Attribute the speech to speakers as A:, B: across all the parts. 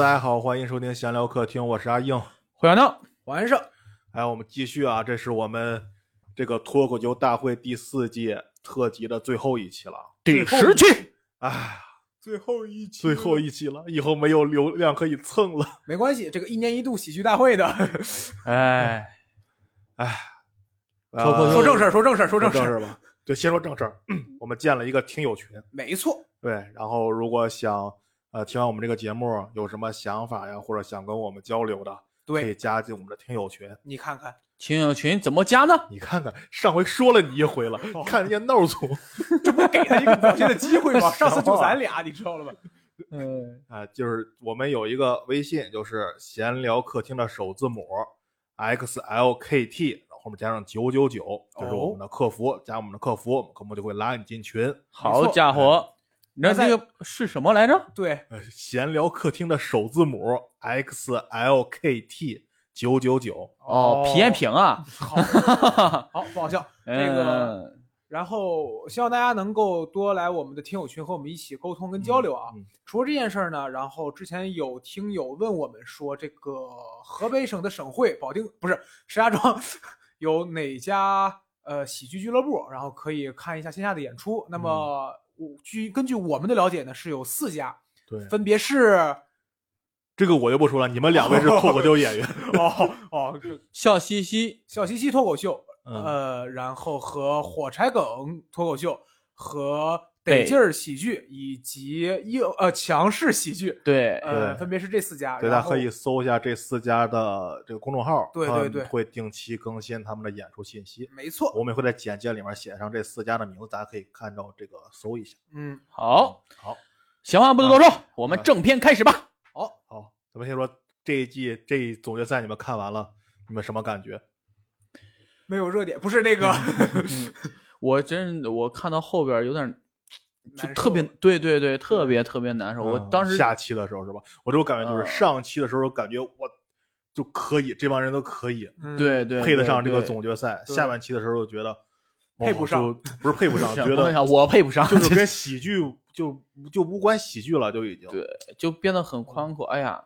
A: 家好，欢迎收听闲聊客厅，我是阿硬。
B: 胡小闹，
C: 完事
A: 哎，我们继续啊，这是我们这个脱口秀大会第四季特辑的最后一期了。啊
B: 第十期，
A: 哎，
C: 最后一期
A: 最后一期了，以后没有流量可以蹭了。
C: 没关系，这个一年一度喜剧大会的，
B: 哎，
A: 呃
B: 脱口秀
C: 说正事儿，说正事儿，说
A: 啊说
C: 正
A: 正
C: 事儿，
A: 儿吧。对，先说正事儿。 嗯我们建了一个听友群，
C: 没错，
A: 对，然后如果想呃听完我们这个节目有什么想法呀，或者想跟我们交流的，可以
C: 对，
A: 加进我们的听友群。
C: 你看看，
B: 群友群怎么加呢？
A: 你看看，上回说了你一回了，看人家闹总。
C: 这不给他一个表现的机会吗？上次就咱俩，你知道了吧？
B: 嗯，
A: 啊，就是我们有一个微信，就是闲聊客厅的首字母 X L K T，后面加上九九九，这是我
C: 哦
A: 们的客服，加我们的客服，我们客服就会拉你进群。
B: 好家伙，你知道这个是什么来着？
C: 对，
A: 呃，闲聊客厅的首字母 X L K T 九九九，
B: 哦，皮炎平啊，
C: 好，好，不好笑。那个，
B: 嗯，
C: 然后希望大家能够多来我们的听友群和我们一起沟通跟交流啊。
A: 嗯
C: 除了这件事儿呢，然后之前有听友问我们说，这个河北省的省会保定不是石家庄 有哪家呃喜剧俱乐部，然后可以看一下线下的演出。那么我据根据我们的了解呢，是有四家，
A: 对，
C: 分别是
A: 这个我就不说了，你们两位是脱口秀演 员，
C: 哦哦这
B: 笑嘻嘻，
C: 笑嘻嘻脱口秀，
A: 嗯，
C: 呃，然后和火柴梗脱口秀和
B: 对
C: 得劲儿喜剧以及硬呃强势喜剧，
B: 对，
C: 呃，
A: 对
C: 分别是这四家。
A: 对，大
C: 然
A: 家可
C: 后
A: 以搜一下这四家的这个公众号，
C: 对
A: 他
C: 对
A: 们
C: 对
A: 会定期更新他们的演出信息。
C: 没错，
A: 我们也会在简介里面写上这四家的名字，大家可以看到这个搜一下。
C: 嗯，
B: 好，
A: 好，
B: 行啊，不多多说，我们正片开始吧。
C: 好，
A: 好，咱们先说这一季这一总决赛你们看完了，你们什么感觉？
C: 没有热点，不是 那个
A: 嗯
B: 嗯 我真我看到后边有点就
C: 难
B: 特别，
C: 受
B: 对对对，特别特别难受。我
A: 嗯
B: 当时
A: 下期的时候是吧？我这种感觉就是
B: 嗯
A: 上期的时候感觉我就可以，这帮人都可以
C: 嗯，
B: 对对
A: 配得上这个，
B: 对
A: 总决赛。
C: 对
A: 下半期的时候就觉 得
C: 配不，上
A: 哦就不是配不上，
B: 对
A: 觉
B: 我
A: 得
B: 想我配不上，
A: 就是跟喜剧就就无关喜剧了，就已经。
B: 对 就变得很宽阔。哎呀，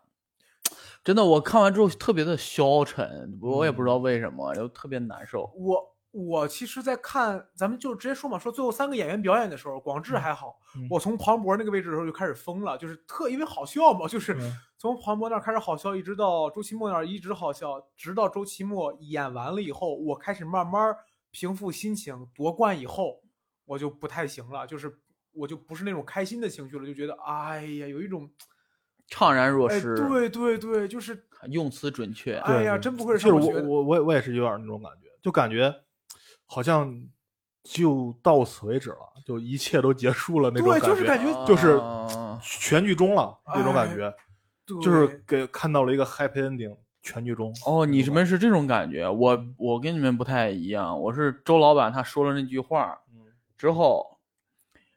B: 真的，我看完之后特别的消沉，我也不
A: 嗯
B: 知道为什么，就特别难受。
C: 我我其实，在看咱们就直接说嘛，说最后三个演员表演的时候，广志还好，
A: 嗯
C: 我从庞博那个位置的时候就开始疯了，就是特因为好笑嘛，就是
A: 嗯
C: 从庞博那儿开始好笑，一直到周奇墨那儿一直好笑，直到周奇墨演完了以后，我开始慢慢儿平复心情，夺冠以后我就不太行了，就是我就不是那种开心的情绪了，就觉得哎呀，有一种
B: 怅然若
C: 哎，
B: 失，
C: 对对对，就是
B: 用词准确。
C: 哎呀，
A: 对
C: 真不
A: 就
C: 愧
A: 是
C: 上
A: 我
C: 学的，
A: 我我也我也是有点那种感觉，就感觉好像就到此为止了，就一切都结束了那种
C: 对，
A: 感觉，
C: 就是感觉哎
B: 啊
A: 就是全剧终了那种感觉，就是
C: 对
A: 给看到了一个 happy ending，全剧终。
B: 哦，你们是这种感觉，我我跟你们不太一样，我是周老板他说了那句话
A: 嗯
B: 之后，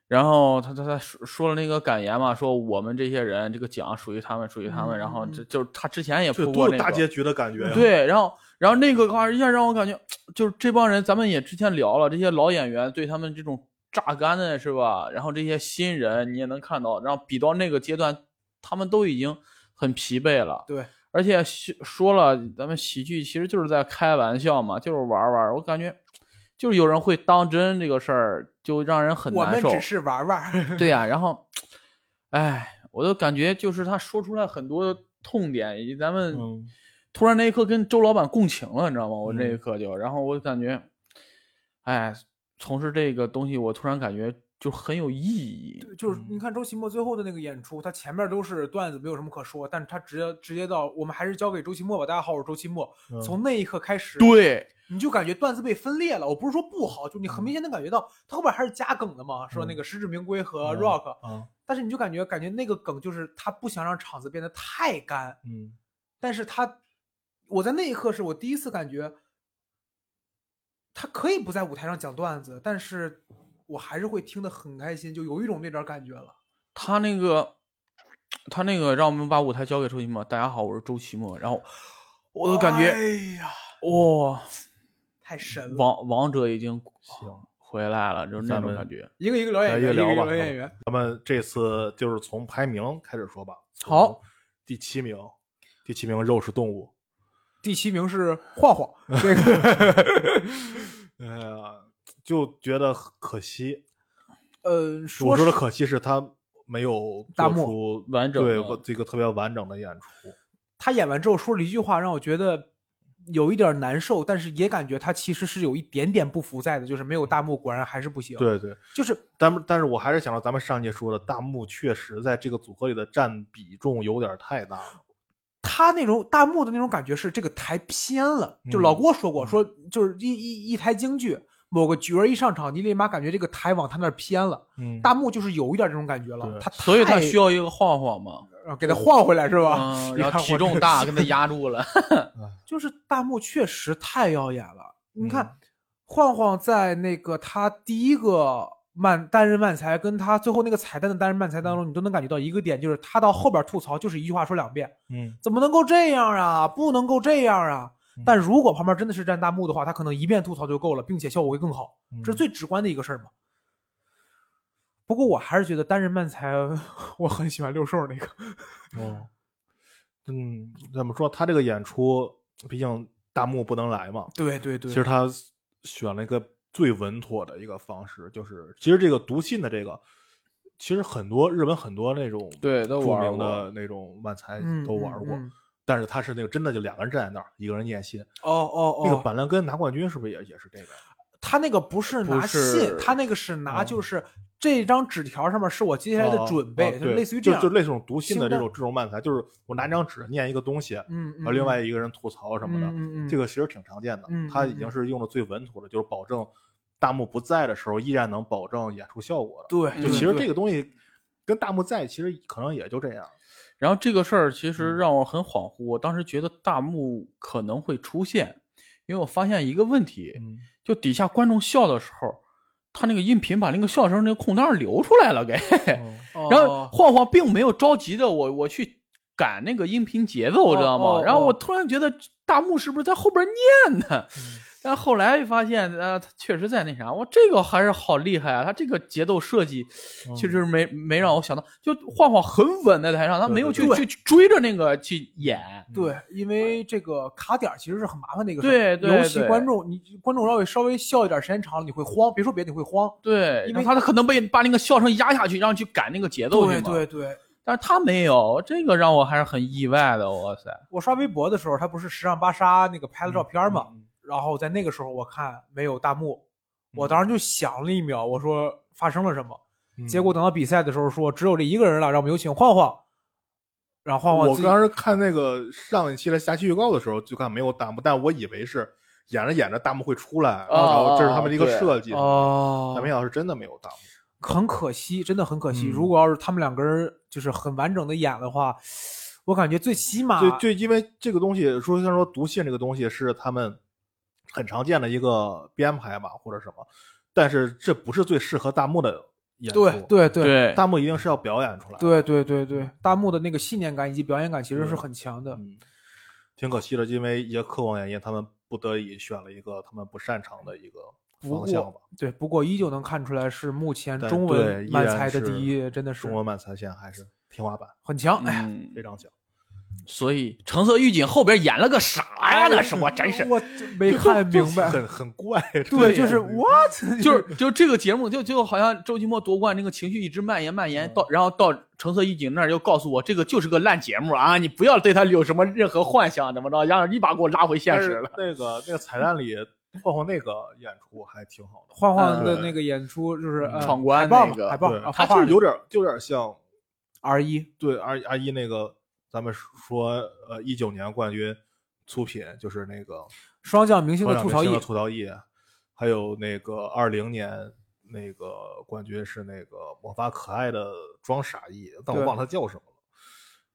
B: 然后他他他说说了那个感言嘛，说我们这些人这个奖属于他们，属于他们，
C: 嗯
B: 然后这
C: 嗯
B: 就是他之前也
A: 这
B: 铺
A: 多
B: 过
A: 有
B: 那
A: 大结
B: 个，
A: 局的啊感觉呀！
B: 对，然后然后那个话一下让我感觉就是这帮人，咱们也之前聊了，这些老演员对他们这种榨干的是吧？然后这些新人你也能看到，然后比到那个阶段，他们都已经很疲惫了。
C: 对，
B: 而且喜说了，咱们喜剧其实就是在开玩笑嘛，就是玩儿玩儿。我感觉，就是有人会当真这个事儿，就让人很
C: 我
B: 难
C: 们
B: 受。
C: 只是玩玩儿，
B: 对呀、然后，哎，我都感觉就是他说出来很多痛点，以及咱们
A: 嗯，
B: 突然那一刻跟周老板共情了，你知道吗？我那一
A: 嗯
B: 刻就，然后我感觉，哎，从事这个东西，我突然感觉就很有意义。
C: 对就是
A: 嗯
C: 你看周奇墨最后的那个演出，他前面都是段子，没有什么可说，但是他直接直接到我们还是交给周奇墨吧。大家好，我是周奇墨。
A: 嗯
C: 从那一刻开始，
B: 对，
C: 你就感觉段子被分裂了。我不是说不好，就你很明显能感觉到他后边还是加梗的嘛，说那
A: 嗯
C: 个实至名归和
A: 嗯
C: Rock，、
A: 啊
C: 但是你就感觉感觉那个梗就是他不想让场子变得太干，
A: 嗯
C: 但是他，我在那一刻是我第一次感觉，他可以不在舞台上讲段子，但是我还是会听得很开心，就有一种那点儿感觉了。
B: 他那个，他那个让我们把舞台交给周奇墨。大家好，我是周奇墨。然后我都感觉，
C: 哎呀，
B: 哇、
C: 太神了！
B: 王王者已经
A: 行。
B: 回来了，就是那
A: 咱
B: 种
A: 们
B: 感觉。
C: 一个一个聊演
A: 来越
C: 员，一个
A: 聊嗯
C: 一个
A: 吧
C: 聊演员。
A: 咱们这次就是从排名开始说吧。
B: 好，
A: 第七名，第七名肉食动物。
C: 第七名是晃晃，这个
A: 哎呀，就觉得很可惜。
C: 呃，说
A: 我说的
C: 实
A: 可惜是他没有
C: 大
A: 做
C: 幕
A: 出
B: 完整
A: 对
B: 的
A: 这个特别完整的演出。
C: 他演完之后说了一句话，让我觉得有一点难受，但是也感觉他其实是有一点点不服在的，就是没有大幕果然还是不行。，
A: 对对，
C: 就是
A: 但但是我还是想到咱们上届说的，大幕确实在这个组合里的占比重有点太大了。
C: 他那种大幕的那种感觉是这个台偏了，就老
A: 嗯
C: 郭说过，
A: 嗯
C: 说就是一一一台京剧。某个角儿一上场，你立马感觉这个台往他那儿偏了。
A: 嗯，
C: 大幕就是有一点这种感觉了
A: 对，
C: 他
B: 所以他
C: 太
B: 需要一个晃晃嘛，
C: 呃给他换回来是吧？
B: 嗯，
C: 你
B: 然后
C: 看
B: 体
C: 我这
B: 重
C: 个
B: 大，给他压住了。
C: 就是大幕确实太耀眼了。你看，
A: 嗯
C: 晃晃在那个他第一个漫单人漫才跟他最后那个彩蛋的单人漫才当中，你都能感觉到一个点，就是他到后边吐槽就是一句话说两遍，
A: 嗯，
C: 怎么能够这样啊？不能够这样啊
A: 嗯！
C: 但如果旁边真的是站大幕的话，他可能一遍吐槽就够了，并且效果会更好，这是
A: 嗯
C: 最直观的一个事儿嘛。不过我还是觉得单人漫才， 我很喜欢六兽那个。
A: 哦，嗯，怎么说？他这个演出，毕竟大幕不能来嘛。
C: 对对对
A: 其实他选了一个最稳妥的一个方式，就是其实这个读信的这个，其实很多日本很多那种
B: 对都
A: 著
B: 玩
A: 名
B: 过
A: 的那种漫才
C: 嗯
A: 都玩
C: 嗯
A: 过，
C: 嗯
A: 但是他是那个真的就两个人站在那儿，一个人念信。
C: 哦哦哦，
A: 那个板蓝根拿冠军是不是也也是这个？
C: 他那个不是
B: 不
C: 拿信，
B: 是
C: 他那个是拿
A: 哦
C: 就是这张纸条上面是我接下来的
A: 哦
C: 准
A: 哦
C: 备，就
A: 对
C: 类似于这
A: 就
C: 样，
A: 就类似这种读信的这
C: 清单
A: 种这种漫才，就是我拿一张纸念一个东西，然
C: 嗯，嗯
A: 后啊另外一个人吐槽什么的。
C: 嗯嗯嗯、
A: 这个其实挺常见的，
C: 嗯
A: 他
C: 嗯
A: 已经
C: 嗯
A: 是用的最稳妥的，就是保证大幕不在的时候依然能保证演出效果的。
C: 对，
B: 嗯
A: 就
C: 对
A: 其实
C: 对
A: 这个东西跟大幕在，其实可能也就这样。
B: 然后这个事儿其实
A: 嗯
B: 让我很恍惚，我当时觉得大幕可能会出现，因为我发现一个问题，
A: 嗯，
B: 就底下观众笑的时候，他那个音频把那个笑声那个空档留出来了给，
C: 哎
B: 然后
C: 哦
B: 晃晃并没有着急的我我去赶那个音频节奏，
C: 哦
B: 知道吗？
C: 哦
B: 然后我
C: 哦
B: 突然觉得大幕是不是在后边念呢？
C: 嗯
B: 但后来发现，呃，他确实在那啥，我这个还是好厉害啊！他这个节奏设计，
C: 哦
B: 其实没没让我想到，就晃晃很稳在台上，他
A: 对
B: 没
A: 对
B: 有去
A: 对
B: 去去追着那个去演，
C: 对，因为这个卡点儿其实是很麻烦的一个事
B: 对
C: 儿，
B: 对
C: 尤其
B: 对
C: 观众，你观众稍微稍微笑一点，时间长了你会慌，别说别的你会慌，
B: 对，
C: 因
B: 然后
C: 为
B: 他可能被把那个笑声压下去，让去赶那个节奏去
C: 对
B: 嘛
C: 对对。
B: 但是他没有，这个让我还是很意外的，哇塞！
C: 我刷微博的时候，他不是时尚芭莎那个拍了照片嘛，
A: 嗯
C: 然后在那个时候我看没有大幕，我当时就想了一秒，我说发生了什么。
A: 嗯
C: 结果等到比赛的时候说只有这一个人了，让我们有请晃晃。然后晃晃
A: 我
C: 自己，
A: 当时看那个上一期的下期预告的时候，就看没有大幕，但我以为是演着演着大幕会出来，然后这是他们的一个
B: 对
A: 设计。但
C: 哦
A: 没，想到是真的没有大幕。
C: 很可惜，真的很可惜。
A: 嗯
C: 如果要是他们两个人就是很完整的演的话，我感觉最起码
A: 就就因为这个东西，说虽然说读信这个东西是他们很常见的一个编排吧，或者什么，但是这不是最适合大幕的演出。
C: 对对对
B: 对
A: 大幕一定是要表演出来的。
C: 对对对对，大幕的那个信念感以及表演感其实是
A: 对
C: 很强的。
A: 嗯，挺可惜的，因为一些客观原因，他们不得已选了一个他们不擅长的一个
C: 不
A: 方向吧
C: 过。对，不过依旧能看出来是目前
A: 但
C: 中
A: 对
C: 文
A: 依
C: 漫
A: 然
C: 才的
A: 是
C: 第一，真的是
A: 中国漫才线还是天花板，
C: 很强。哎呀，
B: 嗯
A: 非，常强。
B: 所以橙色预警后边演了个啥
A: 哎
B: 呀？那是我真是，
C: 我 没看明白。
A: 很很怪。
C: 对，就
A: 这
C: 是
A: 个
C: what
B: 就是就这个节目就就好像周奇墨夺冠，那个情绪一直蔓延蔓延到，然后到橙色预警那儿又告诉我这个就是个烂节目啊，你不要对他有什么任何幻想，怎么着，然后一把给我拉回现
A: 但
B: 实
A: 是
B: 了。
A: 那个那个彩蛋里晃晃那个演出还挺好的，
C: 晃晃的
A: 嗯
C: 那个演出就是呃
B: 闯关
C: 海报
B: 那
C: 嘛
B: 个
C: 海报
A: 对
C: 啊，
A: 他
C: 画
A: 就
C: 画
A: 是有点就有点像
C: R 一，
A: 对二二一那个咱们说呃一九年冠军粗品，就是那个
C: 双降明星
A: 双
C: 的
A: 掌
C: 吐
A: 明
C: 槽
A: 星
C: 艺
A: 的，吐槽艺，还有那个二零年那个冠军是那个魔法可爱的装傻艺，但我
C: 对
A: 忘了他叫什么了。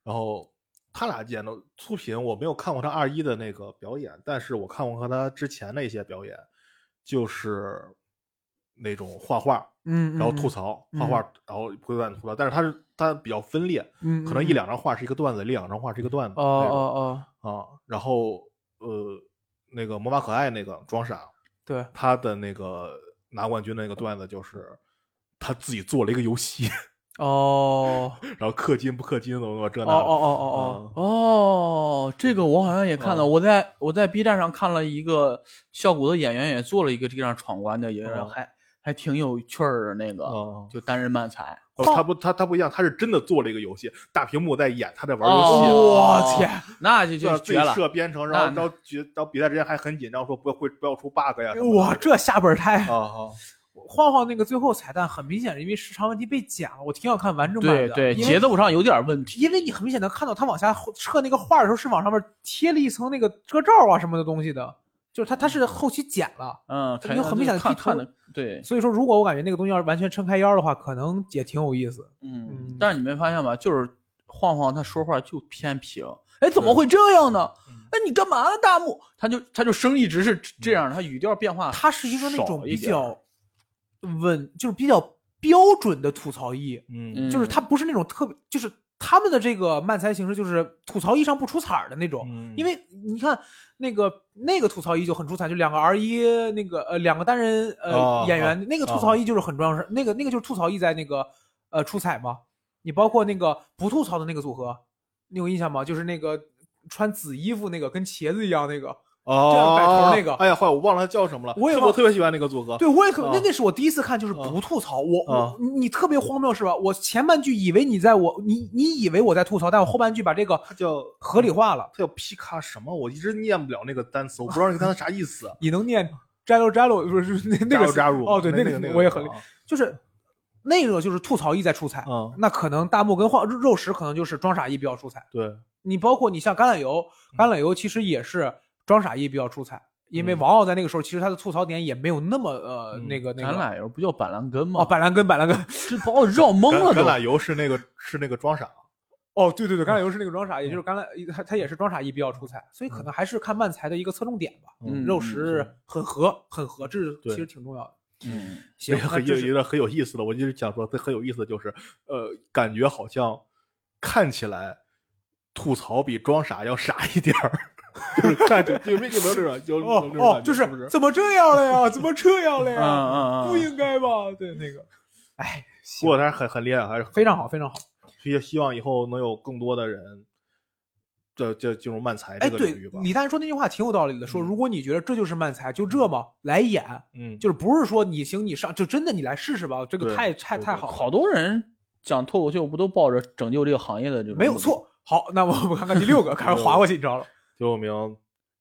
A: 然后他俩演的粗品，我没有看过他二一的那个表演，但是我看过和他之前的一些表演，就是那种画画，
C: 嗯，
A: 然后
C: 嗯
A: 吐，槽、画画，然后不断吐槽，但是他是他比较分裂，
C: 嗯，嗯
A: 可能一
C: 嗯
A: 两张画是一个段子，一两张画是一个段子
C: 哦
A: 那种。
C: 哦哦，
A: 啊，然后呃，那个魔法可爱那个装傻，
C: 对，
A: 他的那个拿冠军的那个段子就是他自己做了一个游戏，
B: 哦，
A: 然后氪金不氪金怎么怎么这
B: 哦
A: 那
B: 哦
A: 的。嗯
B: 哦哦哦哦，这个我好像也看到，我在我在 B 站上看了一个效果的演员也做了一个这样闯关的，也是
A: 哦
B: 还还挺有趣儿的那个，
A: 哦
B: 就单人漫才。
A: 哦，他不，他他不一样，他是真的做了一个游戏，大屏幕在演，他在玩游戏，
C: 我
B: 哦
C: 天，
B: 那就
A: 对
B: 就
A: 啊
B: 是
A: 自
B: 绝
A: 己
B: 了。
A: 设编程，然后
B: 那
A: 然后决，然后比赛之前还很紧张，说不要会不要出 bug 呀什么的。
C: 哇，这下本儿太
A: 啊啊，
C: 晃晃那个最后彩蛋，很明显是因为时长问题被剪了。我挺想看完整版
B: 对
C: 的，
B: 对，
C: 因
B: 节
C: 为
B: 奏上有点问题。
C: 因为你很明显能看到他往下撤那个画的时候，是往上面贴了一层那个遮罩啊什么的东西的，就是他他是后期剪了。
B: 嗯，
C: 因为很明显的
B: 看
C: 地图
B: 看的，对，
C: 所以说，如果我感觉那个东西要是完全撑开腰的话，可能也挺有意思。
B: 嗯
C: 嗯。
B: 但是你没发现吗？就是晃晃他说话就偏平，哎，怎么会这样呢？哎，你干嘛呢？大幕？他就他就声一直是这样的，他语调
A: 啊
B: 变化
C: 他是一个那种
B: 少
C: 比
B: 一点儿
C: 较稳，就是比较标准的吐槽艺，
A: 嗯
C: 就是他不是那种特别，就是他们的这个漫才形式就是吐槽艺上不出彩儿的那种。
A: 嗯，
C: 因为你看那个那个吐槽艺就很出彩，就两个 R 一那个呃两个单人呃、
A: 哦
C: 演员，那个吐槽艺就是很装饰，那个那个就是吐槽艺在那个呃出彩嘛。你包括那个不吐槽的那个组合，你有印象吗？就是那个穿紫衣服那个跟茄子一样那个，这样摆头那个
A: 哦哎呀，坏，我忘了他叫什么了。
C: 我也
A: 是
C: 忘
A: 我特别喜欢那个组合。
C: 对，我也可
A: 啊
C: 那那是我第一次看，就是
A: 啊
C: 不吐槽。我
A: 啊
C: 我你你特别荒谬是吧？我前半句以为你在我你你以为我在吐槽，但我后半句把这个
A: 他叫
C: 合理化了。
A: 他叫皮卡什么？我一直念不了那个单词，我不知道那个单词啥意思。
C: 你能念 “jello jello” 不是是那
A: 加
C: 那个
A: 啊入
C: 是
A: 加入
C: 哦，对，
A: 那
C: 个
A: 那个
C: 我也很
A: 啊
C: 就是那个就是吐槽艺在出彩，
A: 嗯，
C: 那可能大漠跟晃肉食可能就是装傻艺比较出彩。
A: 对，
C: 你包括你像橄榄油，
A: 嗯
C: 橄榄油其实也是装傻艺比较出彩，因为王傲在那个时候其实他的吐槽点也没有那么呃
A: 嗯
C: 那个那
B: 橄
C: 个
B: 榄油不叫板蓝根吗？
C: 哦，板蓝根板蓝根
B: 这把我绕懵了
A: 橄橄
B: 都。
A: 榄油是那个是那个装傻。
C: 哦，对对对，
A: 嗯
C: 橄榄油是那个装傻，也就是橄榄，他他也是装傻艺比较出彩，所以
A: 嗯
C: 可能还是看漫才的一个侧重点吧。
B: 嗯
C: 肉食很合，很合，这是
A: 对
C: 其实挺重 要的。
B: 嗯，
C: 行，那
A: 很
C: 这
A: 有
C: 是
A: 有点很有意思的，我就是想说，它很有意思的就是，呃，感觉好像看起来吐槽比装傻要傻一点儿， 就是看着有没有有没有这种有
C: 哦
A: 有这种
C: 哦，
A: 感觉
C: 就是
A: 不是
C: 是怎么这样了呀？怎么这样了
B: 嗯嗯
C: 呀？
B: 嗯，
C: 不应该吧？对，那个，哎，
A: 不过它是很很厉害，还是
C: 非常好，非常好。
A: 也希望以后能有更多的人，这这进入漫才
C: 哎，
A: 这个
C: 对
A: 领域吧，。
C: 李诞说那句话挺有道理的，说
A: 嗯
C: 如果你觉得这就是漫才，就这嘛，来演，
A: 嗯，
C: 就是不是说你行你上，就真的你来试试吧，这个
A: 对
C: 太太
A: 对
C: 太
A: 对
C: 好了，
B: 好多人讲脱口秀不都抱着拯救这个行业的这种
C: 没有错。好，那我们看看第六 个，开始划过去，你知道了，
A: 第六名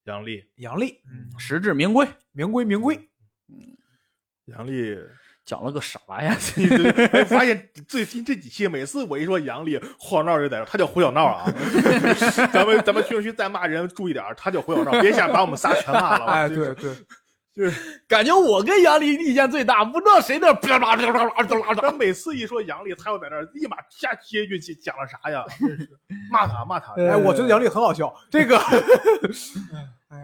A: 杨笠，
C: 杨笠，
A: 嗯
B: 目的，实至名归。
C: 名归名归。
A: 杨笠，
B: 讲了个啥呀？
A: 你这哎发现最近这几期，每次我一说杨笠，胡小闹就在这儿，他叫胡小闹啊。咱们咱们评论区再骂人，注意点儿，他叫胡小闹，别一下把我们仨全骂了。
C: 哎，
A: 真是
C: 对对，
B: 感觉我跟杨笠意见最大，不知道谁那啪啦啪啦啪啦啪啦啪
A: 他每次一说杨笠，他又在那儿立马下接一句去讲了啥呀？真是骂他骂他！
C: 哎，
A: 哎
C: 我觉得杨笠很好笑。这 个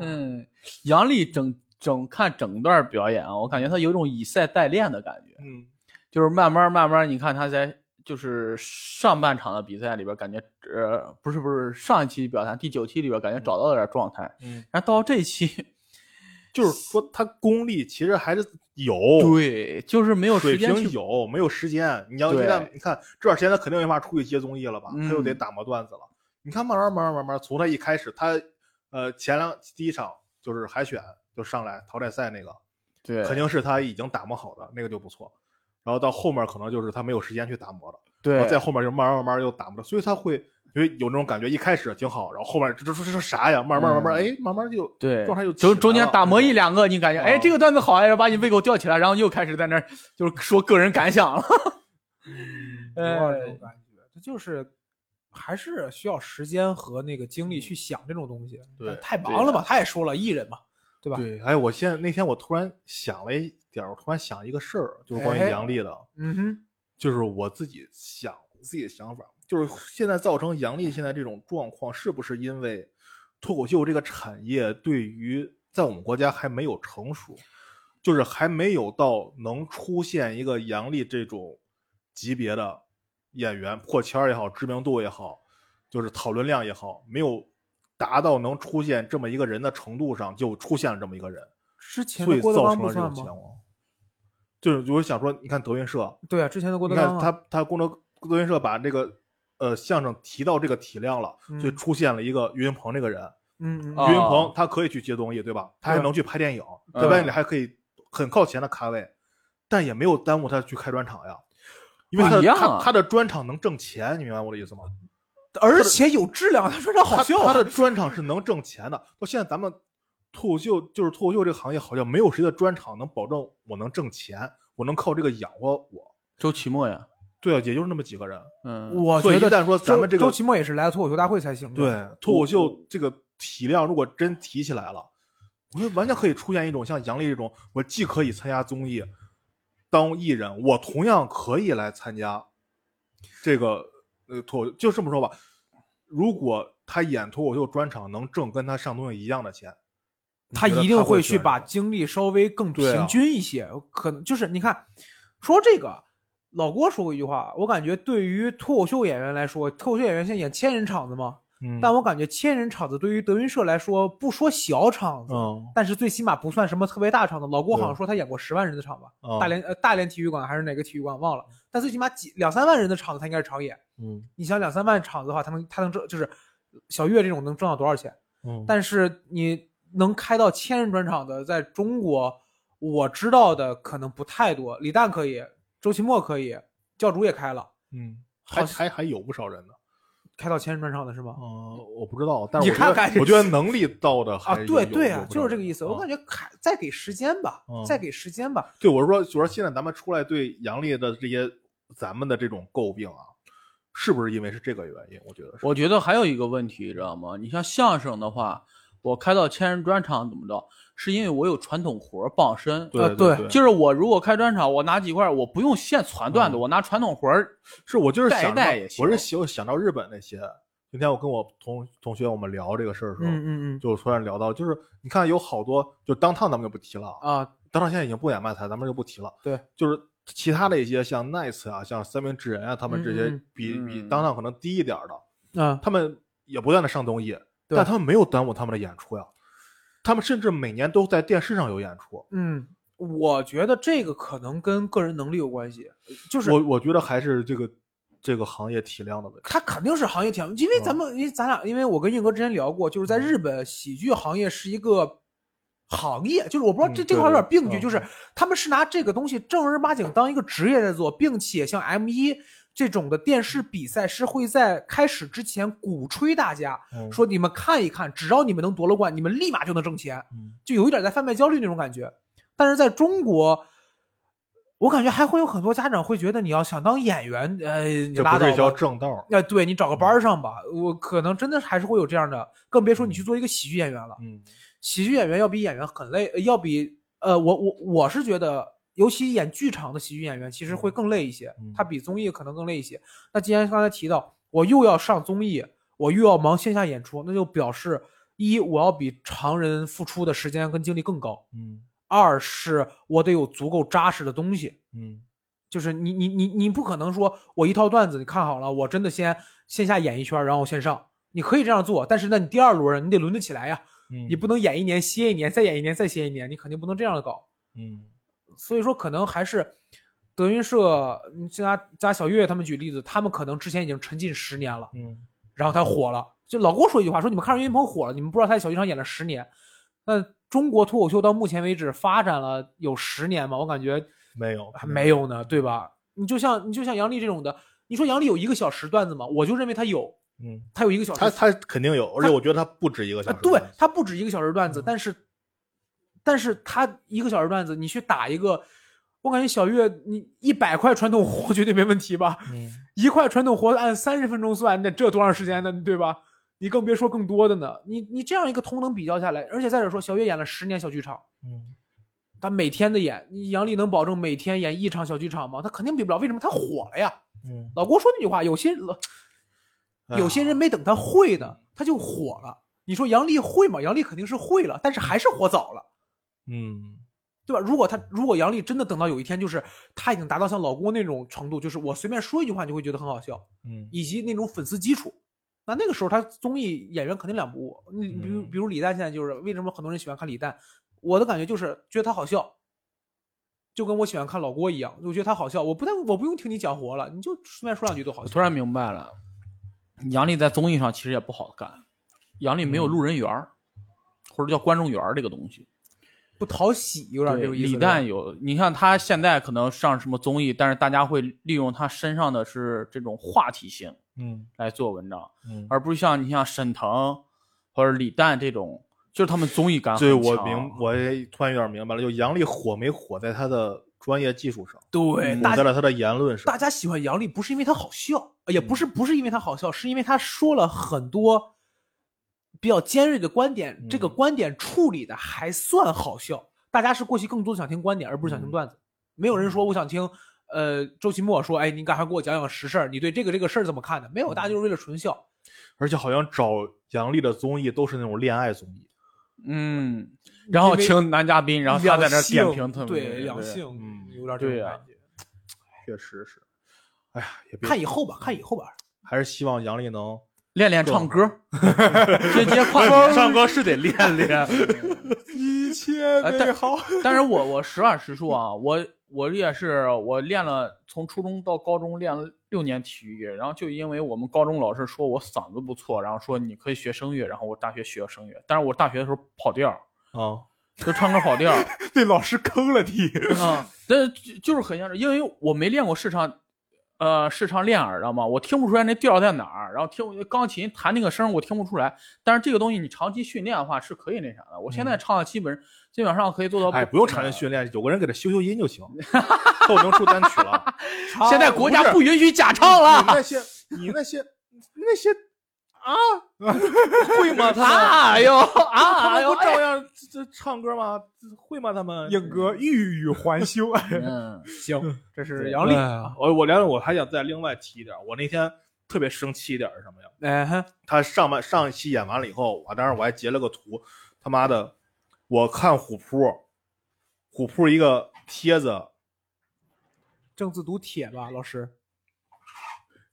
B: 嗯，杨笠整整看整段表演啊，我感觉他有一种以赛代练的感觉，
A: 嗯，
B: 就是慢慢慢慢，你看他在就是上半场的比赛里边，感觉呃不是不是上一期表达第九期里边，感觉找到了点状态，
A: 嗯，
B: 然后到这一期。
A: 就是说他功力其实还是有，
B: 对，就是没有
A: 水
B: 时间去
A: 平有，没有时间。你要一
B: 对
A: 旦你看这段时间，他肯定没法出去接综艺了吧？
B: 嗯
A: 他又得打磨段子了。你看，慢慢慢慢慢慢，从他一开始，他呃前两第一场就是海选就上来淘汰赛那个，
B: 对，
A: 肯定是他已经打磨好的那个就不错。然后到后面可能就是他没有时间去打磨了，然
B: 对，
A: 哦后再后面就慢慢慢慢又打磨了，所以他会因为有那种感觉，一开始挺好，然后后面这这这这啥呀？慢慢慢慢，
B: 嗯
A: 哎，慢慢就
B: 对
A: 状态又
B: 中
A: 起
B: 中
A: 来
B: 间
A: 了
B: 打磨一
A: 嗯
B: 两个，你感觉哎
A: 哦
B: 这个段子好哎，然后把你胃口吊起来，然后又开始在那儿就是说个人感想了。
C: 有点这
B: 哎
C: 种，感觉，这就是还是需要时间和那个精力去想这种东西。
A: 对
C: 太忙了嘛，他也说了，艺人嘛，对吧？
A: 对，哎，我现在那天我突然想了一点儿，我突然想一个事儿，就是关于
C: 哎
A: 杨笠的，
C: 嗯哼，
A: 就是我自己想自己的想法，就是现在造成杨笠现在这种状况，是不是因为脱口秀这个产业对于在我们国家还没有成熟，就是还没有到能出现一个杨笠这种级别的演员破圈儿也好，知名度也好，就是讨论量也好，没有达到能出现这么一个人的程度上，就出现了这么一个人。
C: 之前
A: 所
C: 的
A: 以
C: 郭德
A: 造
C: 纲
A: 成
C: 不
A: 了这
C: 算
A: 种情
C: 吗？
A: 况。就是我想说，你看德云社，
C: 对啊，之前的郭
A: 你
C: 德
A: 看
C: 纲
A: 他
C: 啊，
A: 他功德德云社把这个呃相声提到这个体量了，所以
C: 嗯
A: 出现了一个岳云鹏这个人。
C: 嗯，
B: 啊
A: 岳云鹏他可以去接综艺，对吧？他还
C: 对啊
A: 能去拍电影，
B: 嗯
A: 在外里还可以很靠前的咖位，但也没有耽误他去开专场呀。因为他
B: 不一
A: 的、
B: 样啊
A: 他他的专场能挣钱，你明白我的意思吗？
C: 而且有质量，他说这好笑
A: 他他
C: 啊，
A: 的专场是能挣钱的。到现在咱们脱口秀就是脱口秀这个行业，好像没有谁的专场能保证我能挣钱，我能靠这个养活我。
B: 周奇墨呀，
A: 对啊，也就是那么几个人。
B: 嗯，
C: 我
A: 所以
C: 觉
A: 一
C: 得
A: 旦说咱们这
C: 周周
A: 个
C: 奇墨也是来了脱口秀大会才行的。
A: 对脱口秀这个体量，如果真提起来了，我觉得完全可以出现一种像杨笠这种，我既可以参加综艺当艺人，我同样可以来参加这个呃脱口秀。就这么说吧，如果他演脱口秀专场能挣跟他上综艺一样的钱，
C: 他
A: 你觉得
C: 一定
A: 他会
C: 会
A: 选
C: 去
A: 什
C: 把
A: 么
C: 精力稍微更
A: 对啊
C: 平均一些。可能就是你看，说这个，老郭说过一句话，我感觉对于脱口秀演员来说，脱口秀演员现在演千人场子嘛，
A: 嗯，
C: 但我感觉千人场子对于德云社来说，不说小场子，
A: 嗯
C: 但是最起码不算什么特别大场子。老郭好像
A: 对
C: 说他演过十万人的场吧，
A: 嗯
C: 大连呃大连体育馆还是哪个体育馆忘了，但最起码几两三万人的场子他应该是常演。
A: 嗯
C: 你想两三万场子的话，他能他能挣就是小岳这种能挣到多少钱？
A: 嗯，
C: 但是你能开到千人专场的，在中国我知道的可能不太多。李诞可以，周奇墨可以，教主也开了，
A: 嗯。
C: 好
A: 还还还有不少人呢，
C: 开到千人专场的是吗？
A: 嗯，我不知道，但是
C: 你
A: 我觉
C: 看
A: 得
C: 看
A: 我觉得能力到的还
C: 啊，对
A: 有
C: 对
A: 有
C: 啊，
A: 不
C: 就
A: 少
C: 是这个
A: 人
C: 意思。
A: 嗯
C: 我感觉开再给时间吧，
A: 嗯
C: 再给时间吧。
A: 对，我是说，就是说现在咱们出来对杨笠的这些咱们的这种诟病啊，是不是因为是这个原因？我觉得是。
B: 我觉得还有一个问题，知道吗？你像相声的话，我开到千人专场怎么着，是因为我有传统活儿傍身。
A: 对
C: 啊对
A: 对，
B: 呃就是我如果开专场，我拿几块儿，我不用现传段子，
A: 嗯
B: 我拿传统活儿
A: 是我就是
B: 带一
A: 想到
B: 带也，行
A: 我是想想到日本那些。今天我跟我同同学我们聊这个事儿的时候，
C: 嗯嗯
A: 就突然聊到，就是你看有好多，就当趟咱们就不提了啊，
C: 嗯啊，
A: 当趟现在已经不演漫才，咱们就不提了。
C: 对，
A: 就是其他的一些像 Nice 啊，像三明治人啊，他们这
C: 嗯嗯
A: 些
C: 嗯
A: 比、比
B: 嗯
A: 当趟可能低一点儿的，
C: 啊，
A: 他们也不断的上综艺，
C: 对
A: 但他们没有耽误他们的演出呀。他们甚至每年都在电视上有演出。
C: 嗯，我觉得这个可能跟个人能力有关系，就是
A: 我我觉得还是这个这个行业体量的问题。
C: 他肯定是行业前，因
A: 嗯
C: 为咱们，因为咱俩，因为我跟运哥之前聊过，就是在日本喜剧行业是一个行业，就是我不知道这、
A: 嗯
C: 这个好像有点
A: 对
C: 病句，
A: 嗯
C: 就是他们是拿这个东西正儿八经当一个职业在做，并且像 M 一这种的电视比赛是会在开始之前鼓吹大家
A: 嗯
C: 说你们看一看，只要你们能夺了冠，你们立马就能挣钱，
A: 嗯
C: 就有一点在贩卖焦虑那种感觉。但是在中国。我感觉还会有很多家长会觉得你要想当演员，呃，你
A: 这
C: 拉
A: 不
C: 倒
A: 是一
C: 吧
A: 条正道儿。
C: 哎，对你找个班
A: 嗯
C: 儿上吧，我可能真的还是会有这样的，更别说你去做一个喜剧演员了。
A: 嗯
C: 喜剧演员要比演员很累，呃要比呃，我我我是觉得，尤其演剧场的喜剧演员其实会更累一些
A: 嗯，
C: 他比综艺可能更累一些。那既然刚才提到，我又要上综艺，我又要忙线下演出，那就表示一我要比常人付出的时间跟精力更高，
A: 嗯
C: 二是我得有足够扎实的东西，
A: 嗯
C: 就是你你你你不可能说我一套段子你看好了，我真的先线下演一圈，然后线上，你可以这样做，但是那你第二轮你得轮得起来呀，
A: 嗯，
C: 你不能演一年歇一年，再演一年再歇一年，你肯定不能这样搞。
A: 嗯
C: 所以说可能还是德云社，你加加小岳他们举例子，他们可能之前已经沉浸十年了，
A: 嗯
C: 然后他火了。就老郭说一句话，说你们看着岳云鹏火了，你们不知道他在小剧场演了十年。那中国脱口秀到目前为止发展了有十年嘛，我感觉
A: 没有嗯
C: 还没有呢，对吧？你就像你就像杨笠这种的，你说杨笠有一个小时段子吗？我就认为他有，
A: 嗯，
C: 他有一个小时，
A: 他他肯定有，而且
C: 他
A: 我觉得他啊不止一个小
C: 呃
A: 时。嗯
C: 对他不止一个小时段子，但是但是他一个小时段子，你去打一个，我感觉小月你一百块传统活绝对没问题吧？
A: 嗯
C: 一块传统活按三十分钟算，那这多长时间呢？对吧？你更别说更多的呢。你你这样一个同等比较下来，而且再者说，小月演了十年小剧场，
A: 嗯
C: 他每天的演，你杨笠能保证每天演一场小剧场吗？他肯定比不了，为什么？他火了呀。
A: 嗯，
C: 老郭说那句话，有些人
A: 哎呀
C: 有些人没等他会呢，他就火了。你说杨笠会吗？杨笠肯定是会了，但是还是火早了，
A: 嗯
C: 对吧？如果他如果杨笠真的等到有一天，就是他已经达到像老郭那种程度，就是我随便说一句话你就会觉得很好笑，
A: 嗯
C: 以及那种粉丝基础。那那个时候他综艺演员肯定两不误。你比如
A: 嗯
C: 比如李诞现在就是为什么很多人喜欢看李诞，我的感觉就是觉得他好笑，就跟我喜欢看老郭一样，我觉得他好笑，我不但我不用听你讲活了，你就随便说两句都好
B: 我
C: 笑。
B: 突然明白了，杨笠在综艺上其实也不好干，杨笠
C: 嗯
B: 没有路人缘儿、或者叫观众缘儿这个东西。
C: 不讨喜，有点
B: 对
C: 这个意思。
B: 李
C: 是吧
B: 诞有，你看他现在可能上什么综艺，但是大家会利用他身上的是这种话题性
A: 嗯
B: 来做文章，
A: 嗯，
B: 而不是像你像沈腾或者李诞这种，就是他们综艺感很啊
A: 对
B: 强。
A: 我明，我也突然有点明白了，就杨笠火没火在他的专业技术上，
C: 对
A: 火
C: 嗯大
A: 在了他的言论上
C: 大。家喜欢杨笠不是因为他好笑，呃也不
B: 嗯
C: 是不是因为他好笑，是因为他说了很多比较尖锐的观点，这个
A: 嗯
C: 观点处理的还算好笑。大家是过去更多地想听观点，而不是想听
A: 嗯
C: 段子。没有
B: 嗯
C: 人说我想听，呃，周奇墨说，哎，你赶快给我讲讲实事儿，你对这个这个事儿怎么看的？没有，大家
B: 嗯
C: 就是为了纯笑。
A: 而且好像找杨笠的综艺都是那种恋爱综艺，
B: 嗯，然后
C: 因为
B: 请男嘉宾，然后他在那儿点
C: 两
B: 评
C: 性
B: 他们，
C: 对两性，
A: 嗯
C: 有点这
B: 对啊
C: 种
B: 呀
C: 感觉。
A: 确实是。哎呀，也别
C: 看以后吧，看以后吧。
A: 还是希望杨笠能哎
B: 练练唱歌， 接接 跨年
A: 唱歌是得练 练。
C: 一切
B: 哎但 但是我我实话实说啊，我我也是我练了从初中到高中练了六年体育，然后就因为我们高中老师说我嗓子不错，然后说你可以学声乐，然后我大学学了声乐，但是我大学的时候跑调儿，
A: 啊，
B: 就唱歌跑调儿
C: 对老师坑了你。
A: 嗯
B: 啊， 但是就就是很像是，因为我没练过视唱。呃，视唱练耳，知道吗？我听不出来那调儿在哪儿，然后听不钢琴弹那个声儿我听不出来。但是这个东西你长期训练的话是可以那啥的。我现在唱的基本、基本上可以做到，
A: 嗯哎，不用长期训练，有个人给他修修音就 行，都能出单曲了。
B: 现在国
A: 啊
B: 家
A: 不
B: 不允许假唱了
A: 你。那些，你那些，那些 啊，会吗？ 他们
B: 啊！哎呦啊！
A: 他
B: 哎
A: 们
B: 呦
A: 不照样这这唱歌吗？这会吗？他们
C: 硬哥欲语还休。
B: 嗯，
C: 行， 这是
A: 对
C: 杨笠。
A: 哎呀我我梁我还想再另外提一点，我那天特别生气一点是什么呀？
C: 哎哈，
A: 他上半上一期演完了以后，我当时我还截了个图，他妈的，我看虎扑，虎扑一个帖子
C: 正字读铁吧，老师。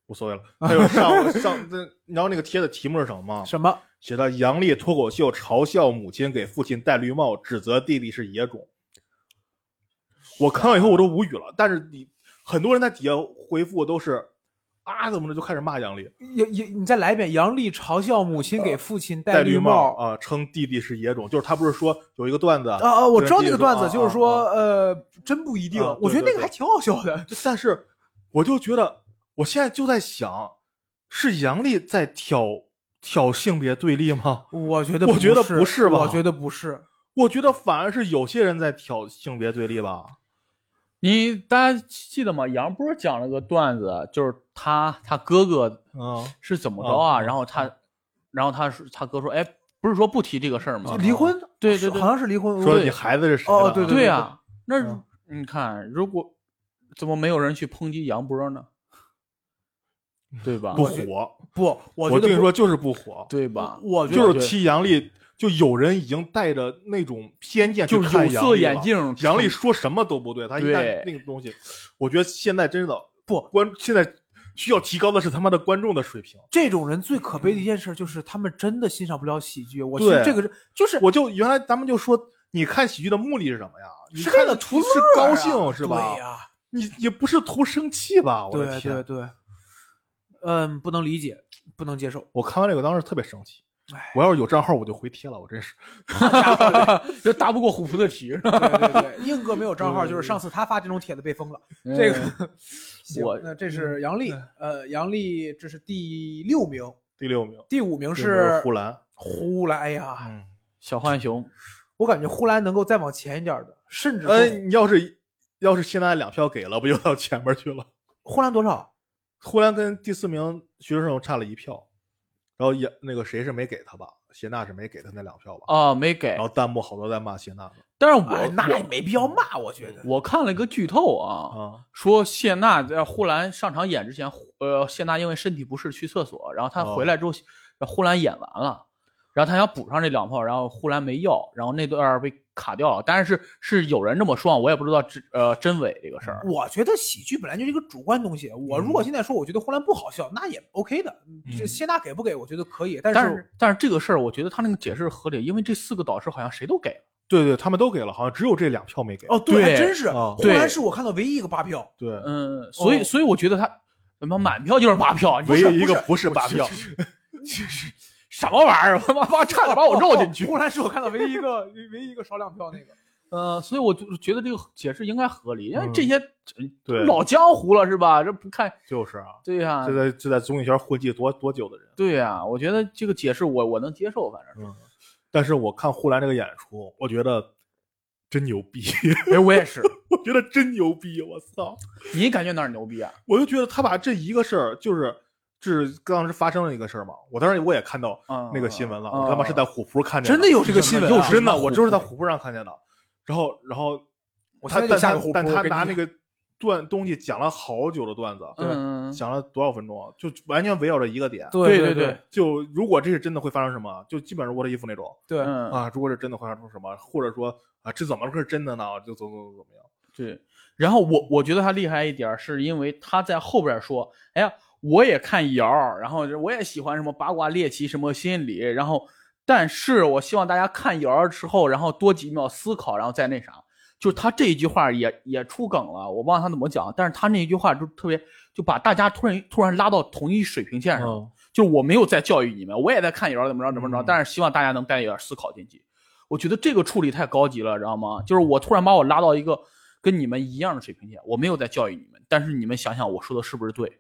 A: 无所谓了，他就上上这，你知道那个帖子题目是什么吗？
C: 什么？
A: 写的杨笠脱口秀嘲笑母亲给父亲戴绿帽，指责弟弟是野种。我看完以后我都无语了，但是你很多人在底下回复都是啊怎么着就开始骂杨笠
C: 也也，你再来一遍。杨笠嘲笑母亲给父亲戴
A: 绿
C: 帽。
A: 啊、称弟弟是野种，就是他不是说有一个段子
C: 啊啊！我知道
A: 对
C: 那
A: 记
C: 个
A: 得
C: 段
A: 啊
C: 子，就是
A: 啊
C: 说，
A: 啊
C: 呃，真不一定
A: 啊。
C: 我觉得
A: 对
C: 那个
A: 对
C: 还挺好笑的。
A: 但是我就觉得，我现在就在想，是杨笠在挑挑性别对立吗？
C: 我觉得，
A: 我觉得
C: 不
A: 不是吧
C: 我觉得不是。
A: 我觉得反而是有些人在挑性别对立吧。
B: 你大家记得吗？杨波讲了个段子，就是他他哥哥
A: 嗯，
B: 是怎么着啊？
A: 嗯
B: 然后他，然后他说他哥说，哎，不是说不提这个事儿吗
A: 啊？
C: 离婚？
B: 对对对
C: 好像是离婚。
A: 说
C: 对
A: 你啊孩子是谁的？
C: 哦对
B: 对呀，那
A: 嗯
B: 你看，如果怎么没有人去抨击杨波呢？对吧
A: 不？
C: 觉
A: 火。
C: 不，我觉
A: 我
C: 得
A: 跟你
C: 不
A: 说，就是不火，
B: 对吧？
C: 我觉得
A: 就是踢杨笠，就有人已经带着那种偏见去
B: 就是
A: 看
B: 有
A: 杨笠
B: 色眼
A: 了。
B: 镜，
A: 杨笠说什么都不对，他一旦
B: 对
A: 那个东西，我觉得现在真的
C: 不
A: 观现在需要提高的是他妈的观众的水平。
C: 这种人最可悲的一件事就是他们真的欣赏不了喜剧。我觉得
A: 对
C: 这个是就是
A: 我就原来咱们就说，你看喜剧的目的是什么呀？你
C: 是
A: 看
C: 为了图乐
A: 是
C: 儿
A: 高
C: 啊
A: 兴是吧？
C: 对呀，
A: 你也不是图生气吧？我的
C: 对对
A: 天！
C: 对，嗯，不能理解，不能接受。
A: 我看完这个当时特别生气
C: 哎，
A: 我要是有账号我就回贴了，我真是。
B: 就打不过虎扑的题，是吧
C: 对对对，硬哥没有账号，就是上次他发这种帖子被封了。这
B: 嗯
C: 个行
B: 我
C: 那这是杨笠，呃，杨笠这是第六名，
A: 第六名
C: 第五名
A: 第六名
C: 是
A: 呼兰，
C: 呼兰。哎呀，
A: 嗯，
B: 小浣熊，
C: 我感觉呼兰能够再往前一点的，甚至
A: 哎，
C: 说
A: 你要是要是现在两票给了，不就到前面去了？
C: 呼兰多少？
A: 呼兰跟第四名徐志胜差了一票，然后也那个谁是没给他吧？谢娜是没给他那两票吧？
B: 啊，没给
A: 然。后弹幕好多在骂谢娜
B: 但是我、
C: 哎那也没必要骂，我觉得。
B: 我我看了一个剧透啊，
A: 啊，
B: 说谢娜在呼兰上场演之前，呼呃，谢娜因为身体不适去厕所，然后她
A: 哦
B: 回来之后，呼兰演完了，然后她想补上这两炮，然后呼兰没要，然后那段儿被卡掉了。但是是有人这么说，我也不知道真呃真伪这个事
A: 嗯
B: 儿。
C: 我觉得喜剧本来就是一个主观东西。我如果现在说我觉得呼兰不好笑，那也 OK 的。这
A: 嗯
C: 谢娜给不给，我觉得可以。但
B: 但是但是这个事儿，我觉得他那个解释合理，因为这四个导师好像谁都给了，
A: 对对，他们都给了，好像只有这俩票没给。
C: 哦，对，还
B: 对
C: 真是，
A: 啊
C: 湖
B: 对
C: 南是我看到唯一一个八票，
A: 对，
B: 嗯，所以
C: 哦
B: 所以我觉得他他妈满票就是八票，你
A: 唯
B: 说
A: 一一个不是
C: 我
A: 八票，
B: 什么玩意儿？我他妈 妈差点把我绕进去
C: 哦。湖南是我看到唯一一个唯一一个少两票那个。
B: 呃，所以我就觉得这个解释应该合理，因为
A: 嗯
B: 这些
A: 对
B: 老江湖了是吧？这不看
A: 就是啊，
B: 对呀、
A: 这在这在综艺圈混迹多多久的人。嗯
B: 对呀、我觉得这个解释我我能接受，反正
A: 但是我看呼兰这个演出，我觉得真牛逼，
B: 哎，我也是。
A: 我觉得真牛逼，我操！
B: 你感觉哪儿牛逼啊？
A: 我就觉得他把这一个事儿，就是就是当时发生了一个事儿嘛，我当时我也看到
B: 嗯
A: 那个新闻了，
B: 嗯
A: 我他妈是在虎扑看见
C: 真的有这个新闻啊
A: 又真的，我就是在
B: 虎
A: 虎扑上看见的。然后然后
C: 我
A: 他
C: 现在
A: 但
C: 就下
A: 他
C: 个虎扑，
A: 但他
C: 我给
A: 拿
C: 你
A: 那个段东西讲了好久的段子，
B: 嗯，
A: 讲了多少分钟啊？就完全围绕着一个点。
C: 对
B: 对
C: 对
B: 对
A: 就如果这是真的会发生什么，就基本上是我的衣服那种。
C: 对，
B: 嗯
A: 啊，如果是真的会发生什么，或者说啊，这怎么会是真的呢？就怎么怎么怎么样？
B: 对。然后我我觉得他厉害一点儿，是因为他在后边说，哎呀，我也看瑶儿，然后我也喜欢什么八卦猎奇什么心理，然后但是我希望大家看瑶儿之后，然后多几秒思考，然后再那啥。就是他这一句话也也出梗了，我忘了他怎么讲，但是他那一句话就特别就把大家突然突然拉到同一水平
C: 哎
B: 线上，
A: 嗯
B: 就是我没有在教育你们，我也在看瑶儿怎么着怎么着，
A: 嗯
B: 但是希望大家能带一点思考进去。我觉得这个处理太高级了，知道吗？就是我突然把我拉到一个跟你们一样的水平线，我没有在教育你们，但是你们想想我说的是不是对？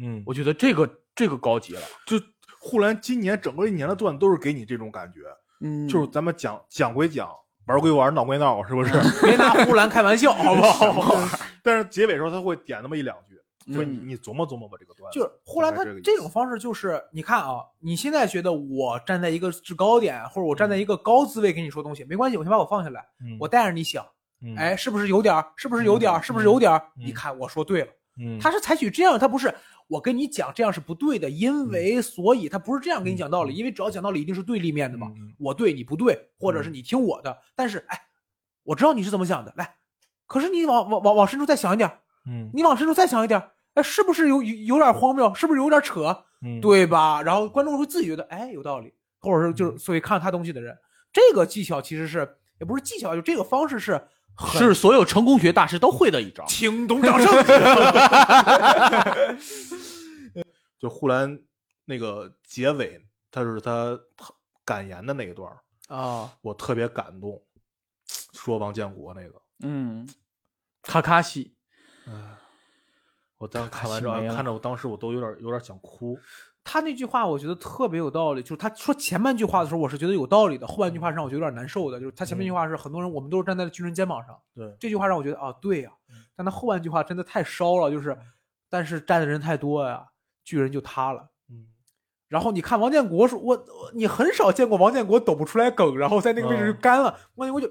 A: 嗯，
B: 我觉得这个这个高级了，
A: 就护栏今年整个一年的段都是给你这种感觉，
B: 嗯
A: 就是咱们讲讲归讲，玩归玩，闹归闹，是不是？
C: 别拿呼兰开玩笑， 好不好？
A: 但是结尾时候他会点那么一两句，说你
B: 嗯
A: 你琢磨琢磨吧，这个段子。
C: 就是呼兰他
A: 大概这个意思
C: 这种方式，就是你看啊，你现在觉得我站在一个制高点，或者我站在一个高姿位给你说东西，没关系，我先把我放下来，
A: 嗯
C: 我带着你想，
A: 嗯
C: 哎，是不是有点儿？是不是有点儿？
A: 嗯
C: 是不是有点儿？
A: 嗯
C: 你看我说对了，
A: 嗯
C: 他是采取这样，他不是我跟你讲这样是不对的，因为所以他不是这样跟你讲道理，
A: 嗯
C: 因为只要讲道理一定是对立面的嘛，
A: 嗯嗯
C: 我对你不对，或者是
A: 嗯
C: 你听我的，但是哎，我知道你是怎么想的，来，可是你往往往往深处再想一点儿，
A: 嗯
C: 你往深处再想一点儿，哎，是不是有有有点荒谬？是不是有点扯？
A: 嗯，
C: 对吧？然后观众会自己觉得，哎，有道理，或者是就是所以看他东西的人，这个技巧其实是也不是技巧，就这个方式是很
B: 是所有成功学大师都会的一 招。
C: 请懂掌声。
A: 就护栏那个结尾，他是他感言的那一段儿，
C: 啊，
A: 我特别感动，说王建国那个。
B: 嗯，卡卡西，
A: 我当时
B: 卡
A: 看完
B: 西
A: 之后
B: 没，了
A: 看着我当时我都有点有点想哭。
C: 他那句话我觉得特别有道理，就是他说前半句话的时候，我是觉得有道理的，后半句话是让我觉得有点难受的。就是他前半句话是很多人我们都是站在军人肩膀上，
A: 对，
C: 这句话让我觉得啊，对呀、但他后半句话真的太烧了，就是，但是站的人太多呀，巨人就塌了。
A: 嗯，
C: 然后你看王建国说，我我你很少见过王建国抖不出来梗，然后在那个位置就
A: 嗯
C: 干了。王建国哎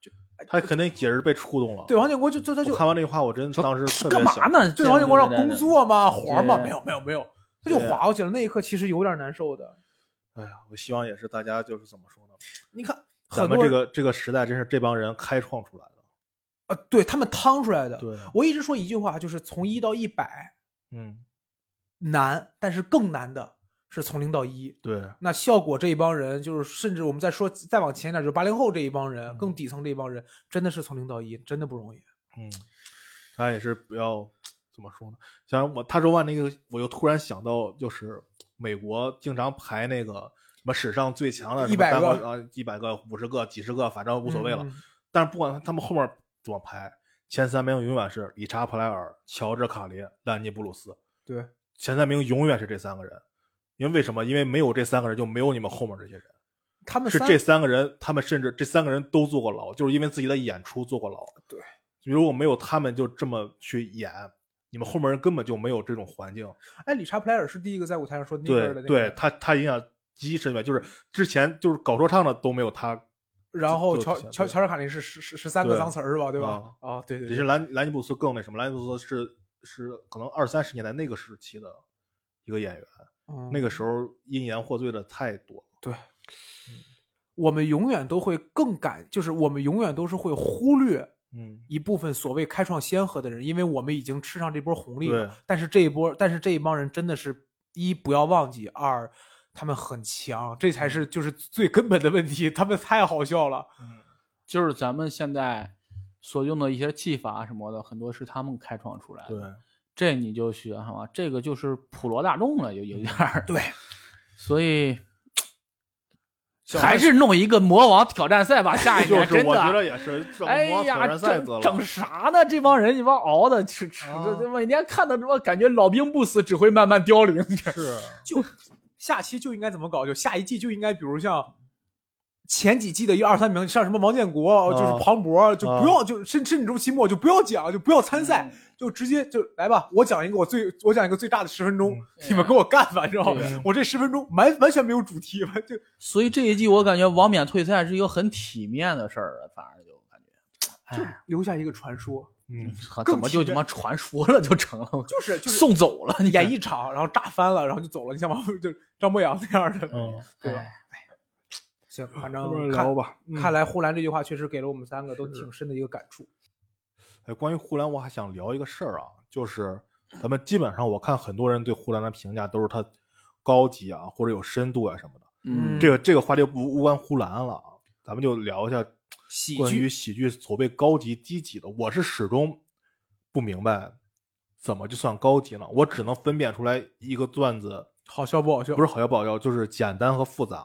C: 就
A: 他肯定也是被触动了。
C: 对王建国就就他
A: 我
C: 就
A: 看完这句话，我真当时特别
B: 干嘛
A: 想，
B: 呢？
C: 对王建国让
B: 对对
C: 工
B: 对
C: 作嘛，活儿嘛，
B: 对
C: 没有没有没有，他就
A: 对
C: 滑过去了。那一刻其实有点难受的。
A: 哎呀，我希望也是大家就是怎么说呢？
C: 你看
A: 咱
C: 很
A: 们
C: 多
A: 这
C: 人
A: 个这个时代真是这帮人开创出来的。
C: 啊，对他们趟出来的。
A: 对，
C: 我一直说一句话，就是从一到一百
A: 嗯，
C: 难，但是更难的是从零到一。
A: 对，
C: 那效果这一帮人，就是甚至我们再说再往前一点，就是八零后这一帮人，更底层这一帮人，真的是从零到一，真的不容易。
A: 嗯，咱也是不要怎么说呢？像我他说完那个，我又突然想到，就是美国经常排那个什么史上最强的
C: 100个
A: 啊，一百个、五十个、几十个，反正无所谓了。
C: 嗯嗯
A: 但是不管他们后面怎么排，前三名永远是理查普莱尔、乔治卡林、兰尼布鲁斯，
C: 对，
A: 前三名永远是这三个人。因为为什么？因为没有这三个人，就没有你们后面这些人。
C: 他们
A: 是
C: 三
A: 这三个人，他们甚至这三个人都坐过牢，就是因为自己的演出坐过牢。
C: 对，
A: 如果没有他们就这么去演，你们后面人根本就没有这种环境。
C: 哎，理查普莱尔是第一个在舞台上说那个
A: 对
C: 的那，个
A: 对
C: 人，
A: 他他影响极深远，就是之前就是搞说唱的都没有他。
C: 然后
A: 就
C: 乔
A: 就
C: 乔
A: 对
C: 乔治卡林是十十十三个
A: 对
C: 脏词儿吧，对吧
A: 啊？
C: 啊，对对
A: 只是
C: 对，
A: 兰兰尼布斯更那什么，兰尼布斯是是可能二三十年代那个时期的一个演员，
C: 嗯
A: 那个时候因言获罪的太多了。
C: 对，我们永远都会更感，就是我们永远都是会忽略
A: 嗯，
C: 一部分所谓开创先河的人，因为我们已经吃上这波红利了
A: 对。
C: 但是这一波，但是这一帮人真的是一不要忘记，二
A: 嗯
C: 他们很强，这才是就是最根本的问题。他们太好笑了。
B: 就是咱们现在所用的一些技法啊什么的，很多是他们开创出来的。
A: 对，
B: 这你就学什么？这个就是普罗大众了，有
A: 嗯
B: 有点儿。
C: 对，
B: 所以
C: 小
B: 还
C: 孩
B: 是弄一个魔王挑战赛吧，下一
A: 就
B: 年
A: 是
B: 真
A: 我
C: 啊
A: 觉
B: 的。
A: 得也是整
B: 哎
A: 模挑
B: 呀，
A: 战赛得
B: 整整
A: 了，
B: 啥呢？这帮人一帮熬的，吃吃
A: 啊
B: 这这每天看到什么，感觉老兵不死，只会慢慢凋零。
A: 是啊
C: 下期就应该怎么搞？就下一季就应该，比如像前几季的一二三名，像什么王建国，
A: 啊
C: 就是庞博，就
A: 啊
C: 不要，就甚甚至周奇墨，就不要讲，就不要参
B: 嗯
C: 赛，就直接就来吧。我讲一个我最我讲一个最大的十分钟，
B: 嗯
C: 你们给我干吧，知道吗
B: 对
A: 呀？
C: 我这十分钟完完全没有主题，完就
B: 所以这一季我感觉王冕退赛是一个很体面的事儿啊了，反而就感觉，哎，
C: 留下一个传说，
A: 嗯，
B: 呵
C: 更
B: 怎么
C: 体
B: 就
C: 面
B: 他妈传说了就成了，
C: 就是就是哎
B: 送走了你
C: 演一场，然后炸翻了，然后就走了。你像王就张博洋那样的，
A: 嗯，
C: 对吧
B: 哎？
C: 行，反
A: 要不
C: 正
A: 然
C: 看
A: 聊吧。嗯
C: 看来呼兰这句话确实给了我们三个都挺深的一个感触。
A: 哎，关于护栏，我还想聊一个事儿啊，就是咱们基本上我看很多人对护栏的评价都是它高级啊，或者有深度啊什么的。
B: 嗯，
A: 这个这个话题不无关护栏了啊，咱们就聊一下
C: 喜
A: 关于
C: 剧
A: 喜剧所谓高级低级的，我是始终不明白怎么就算高级呢？我只能分辨出来一个段子
C: 好笑不好笑？
A: 不是好笑不好笑，就是简单和复杂，
C: 啊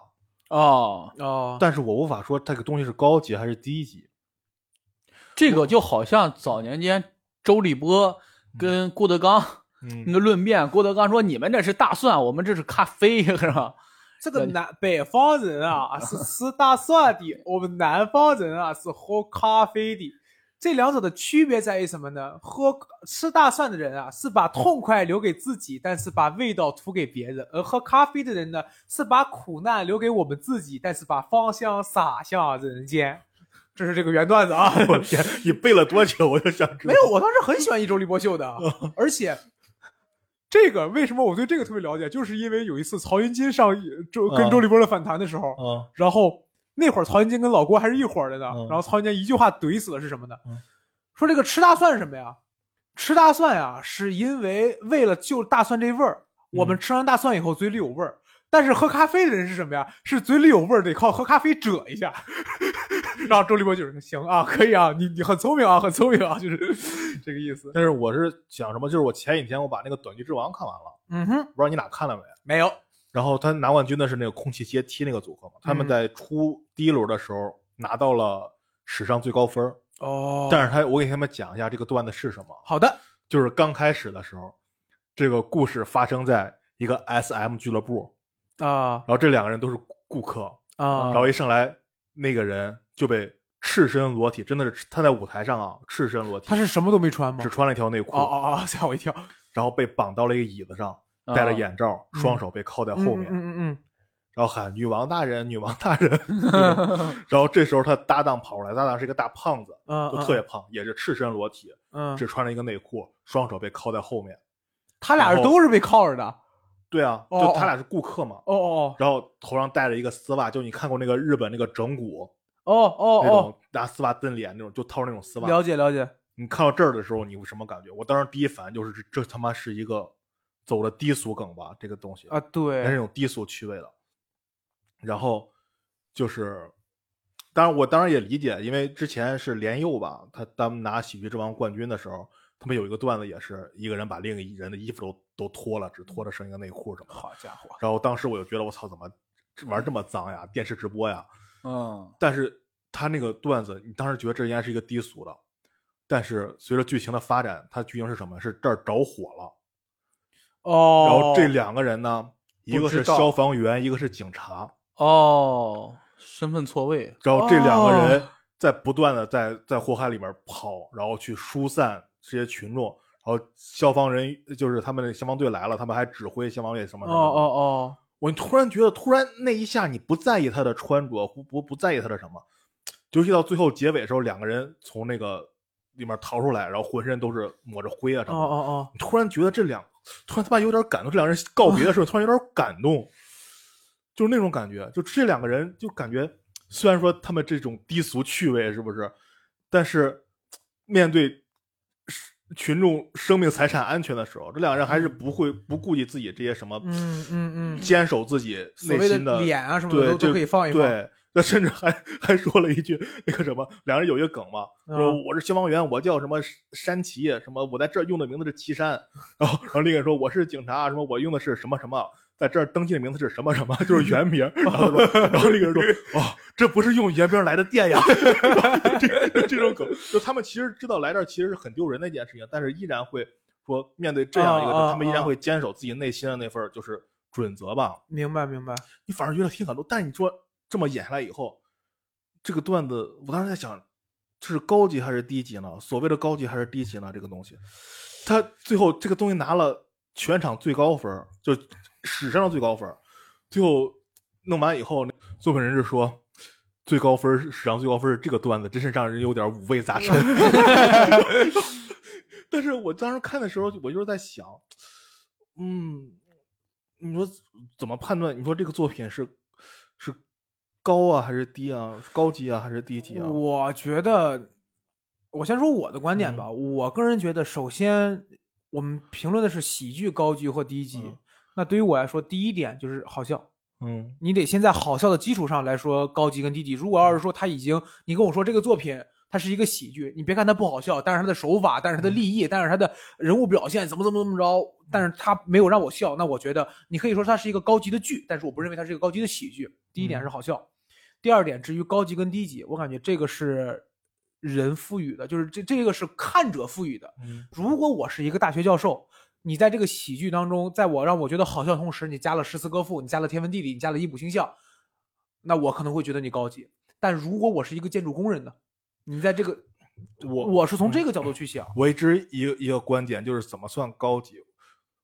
B: 哦，
C: 哦，
A: 但是我无法说这个东西是高级还是低级。
B: 这个就好像早年间周立波跟郭德纲那
A: 嗯，
B: 个论辩，郭德纲说你们这是大蒜，我们这是咖啡，是吧？
C: 这个南北方人啊是吃大蒜的，我们南方人啊是喝咖啡的。这两者的区别在于什么呢？喝吃大蒜的人啊，是把痛快留给自己，但是把味道吐给别人；而喝咖啡的人呢，是把苦难留给我们自己，但是把芳香洒向人间。这是这个原段子啊。
A: 我天，你背了多久？我就想知道
C: 没有，我当时很喜欢一周立波秀的，啊而且这个为什么我对这个特别了解，就是因为有一次曹云金上周跟
A: 嗯
C: 周立波的反弹的时候，
A: 啊，
C: 然后那会儿曹云金跟老郭还是一伙儿的呢，
A: 嗯
C: 然后曹云金一句话怼死的是什么呢？
A: 嗯
C: 说这个吃大蒜是什么呀？吃大蒜呀、是因为为了救大蒜这味儿，
A: 嗯
C: 我们吃完大蒜以后嘴里有味儿。但是喝咖啡的人是什么呀？是嘴里有味儿，得靠喝咖啡遮一下。 然后周立波就是行啊，可以啊，你你很聪明啊，很聪明啊，就是 这个意思。
A: 但是我是想什么？就是我前几天我把那个《短剧之王》看完了，
C: 嗯哼，
A: 不知道你俩看了没？
C: 没有，
A: 然后他拿冠军的是那个空气阶梯那个组合嘛，他们
C: 嗯
A: 在出第一轮的时候拿到了史上最高分儿。
C: 哦
A: 但是他，我给他们讲一下这个段子是什么，
C: 好的，
A: 就是刚开始的时候，这个故事发生在一个 SM 俱乐部，
C: 啊
A: 然后这两个人都是顾客，然
C: 啊
A: 后一上来那个人就被赤身裸体，真的是他在舞台上啊，赤身裸体，
C: 他是什么都没穿吗
A: 只？穿了一条内裤，
C: 哦哦哦，吓我一跳，
A: 然后被绑到了一个椅子上，
B: 啊
A: 戴着眼罩，
C: 嗯
A: 双手被铐在后面，
C: 嗯嗯嗯嗯。
A: 然后喊女王大人，女王大 人。然后这时候他搭档跑出来，搭档是一个大胖子，
C: 嗯，
A: 就特别胖，也是赤身裸体，
C: 嗯，
A: 只穿了一个内裤，双手被铐在后面。
C: 他俩人都是被铐着的。
A: 对啊，
C: 哦
A: 就他俩是顾客嘛。
C: 哦哦
A: 然后头上戴着一个丝袜，就你看过那个日本那个整蛊
C: 哦
A: 那
C: 哦
A: 种拿丝袜蹬脸那种，就套那种丝
C: 哦，
A: 袜。
C: 了解了解。
A: 你看到这儿的时候，你有什么感觉？我当时第一反应就是这这他妈是一个走了低俗梗吧，这个东西
C: 啊，
A: 还是
C: 对，
A: 有低俗趣味的。然后就是，当然我当然也理解，因为之前是连佑吧，他他们拿喜剧之王冠军的时候，他们有一个段子也是一个人把另一个人的衣服都都脱了，只脱了剩一个内裤什么的。
C: 好家伙，
A: 然后当时我就觉得我操，怎么玩这么脏呀？电视直播呀？
B: 嗯，
A: 但是他那个段子，你当时觉得这应该是一个低俗的，但是随着剧情的发展，它剧情是什么？是这儿着火了。
C: 哦，
A: 然后这两个人呢，一
B: 不
A: 个
B: 知
A: 是
B: 道
A: 消防员，一个是警察。
B: 哦，身份错位，
A: 然后这两个人
C: 哦
A: 在不断的在在火海里面跑，然后去疏散这些群众。然后消防人就是他们的消防队来了，他们还指挥消防队什么
C: 哦
A: 什么的。
C: 哦
A: 我突然觉得，突然那一下你不在意他的穿着，不不不在意他的什么，尤其到最后结尾的时候，两个人从那个里面逃出来，然后浑身都是抹着灰啊
C: 哦
A: 什
C: 哦
A: 么的。
C: 哦
A: 你突然觉得这两，突然他妈有点感动，这两人告别的时候，突然有点感 动，就是那种感觉，就这两个人就感觉，虽然说他们这种低俗趣味是不是，但是面对群众生命财产安全的时候，这两个人还是不会不顾及自己这些什么，
C: 嗯哦，嗯嗯嗯，
A: 坚守自己
C: 所
A: 内
C: 谓
A: 心
C: 的脸啊什么的
A: 对
C: 都都
A: 就
C: 可以放一放。
A: 对，那甚至还还说了一句那个什么，两人有一个梗嘛，说
C: 嗯
A: 我是消防员，我叫什么山崎，什么我在这儿用的名字是岐山，然后然后另一个说我是警察，什么我用的是什么什么。在这儿登记的名字是什么什么，就是原名。然后说，然后那个人说：“哦，这不是用原名来的店呀。” 这这种梗，就他们其实知道来这儿其实是很丢人的一件事情，但是依然会说面对这样一个，
C: 啊啊
A: 他们依然
C: 啊
A: 会坚守自己内心的那份儿就是准则吧。
C: 明白明白，
A: 你反而觉得挺感动。但你说这么演下来以后，这个段子，我当时在想，这是高级还是低级呢？所谓的高级还是低级呢？这个东西，他最后这个东西拿了全场最高分儿，就史上的最高分儿。最后弄完以后，那作品人就说。最高分儿是史上最高分儿是这个段子，真是让人有点五味杂陈。 但是我当时看的时候，我就是在想，嗯，你说怎么判断？你说这个作品是是高啊还是低啊？是高级啊还是低级啊？
C: 我觉得，我先说我的观点吧。
A: 嗯
C: 我个人觉得，首先我们评论的是喜剧高级或低级。
A: 嗯
C: 那对于我来说，第一点就是好笑。
A: 嗯
C: 你得先在好笑的基础上来说高级跟低级。如果要是说他已经，你跟我说这个作品它是一个喜剧，你别看它不好笑，但是它的手法，但是它的立意，但是它的人物表现怎么怎么怎么着，但是它没有让我笑，那我觉得你可以说它是一个高级的剧，但是我不认为它是一个高级的喜剧。第一点是好笑，第二点至于高级跟低级，我感觉这个是人赋予的，就是这这个是看者赋予的。
A: 嗯
C: 如果我是一个大学教授，你在这个喜剧当中，在我让我觉得好笑的同时，你加了诗词歌赋，你加了天文地理，你加了医卜星象，那我可能会觉得你高级。但如果我是一个建筑工人呢？你在这个，
A: 我
C: 我是从这个角度去想，
A: 我一直一个一个观点就是怎么算高级？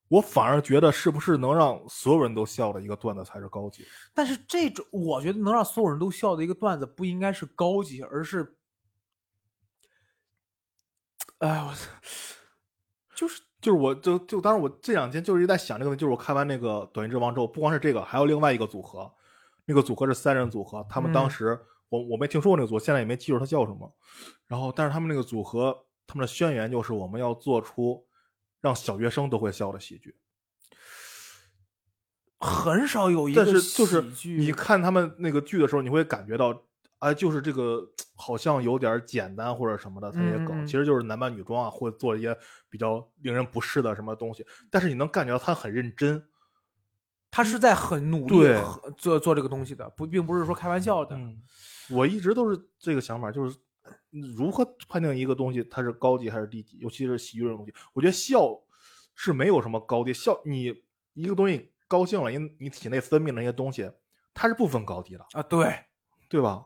A: 我反而觉得是不是能让所有人都笑的一个段子才是高级？
C: 但是这种我觉得能让所有人都笑的一个段子，不应该是高级，而是，哎，我操
A: 就是就是我就就当时我这两天就是一直在想这个问题，就是我看完那个《短命之王》之后，不光是这个，还有另外一个组合，那个组合是三人组合，他们当
C: 嗯
A: 时、我我没听说过那个组合，现在也没记住他叫什么。然后，但是他们那个组合，他们的宣言就是我们要做出让小学生都会笑的喜剧。
C: 很少有一个
A: 但是就是
C: 喜剧
A: 你看他们那个剧的时候，你会感觉到，啊，就是这个好像有点简单或者什么的，他那些梗、
C: 嗯嗯嗯
A: 其实就是男扮女装啊，或者做一些比较令人不适的什么东西，但是你能感觉到他很认真。
C: 他是在很努力
A: 对
C: 很做做这个东西的，不，并不是说开玩笑的。
A: 嗯，我一直都是这个想法，就是如何判定一个东西它是高级还是低级，尤其是喜剧这种东西。我觉得笑是没有什么高低，笑你一个东西高兴了，因你体内分泌的那些东西，它是不分高低的，
C: 啊，对，
A: 对吧？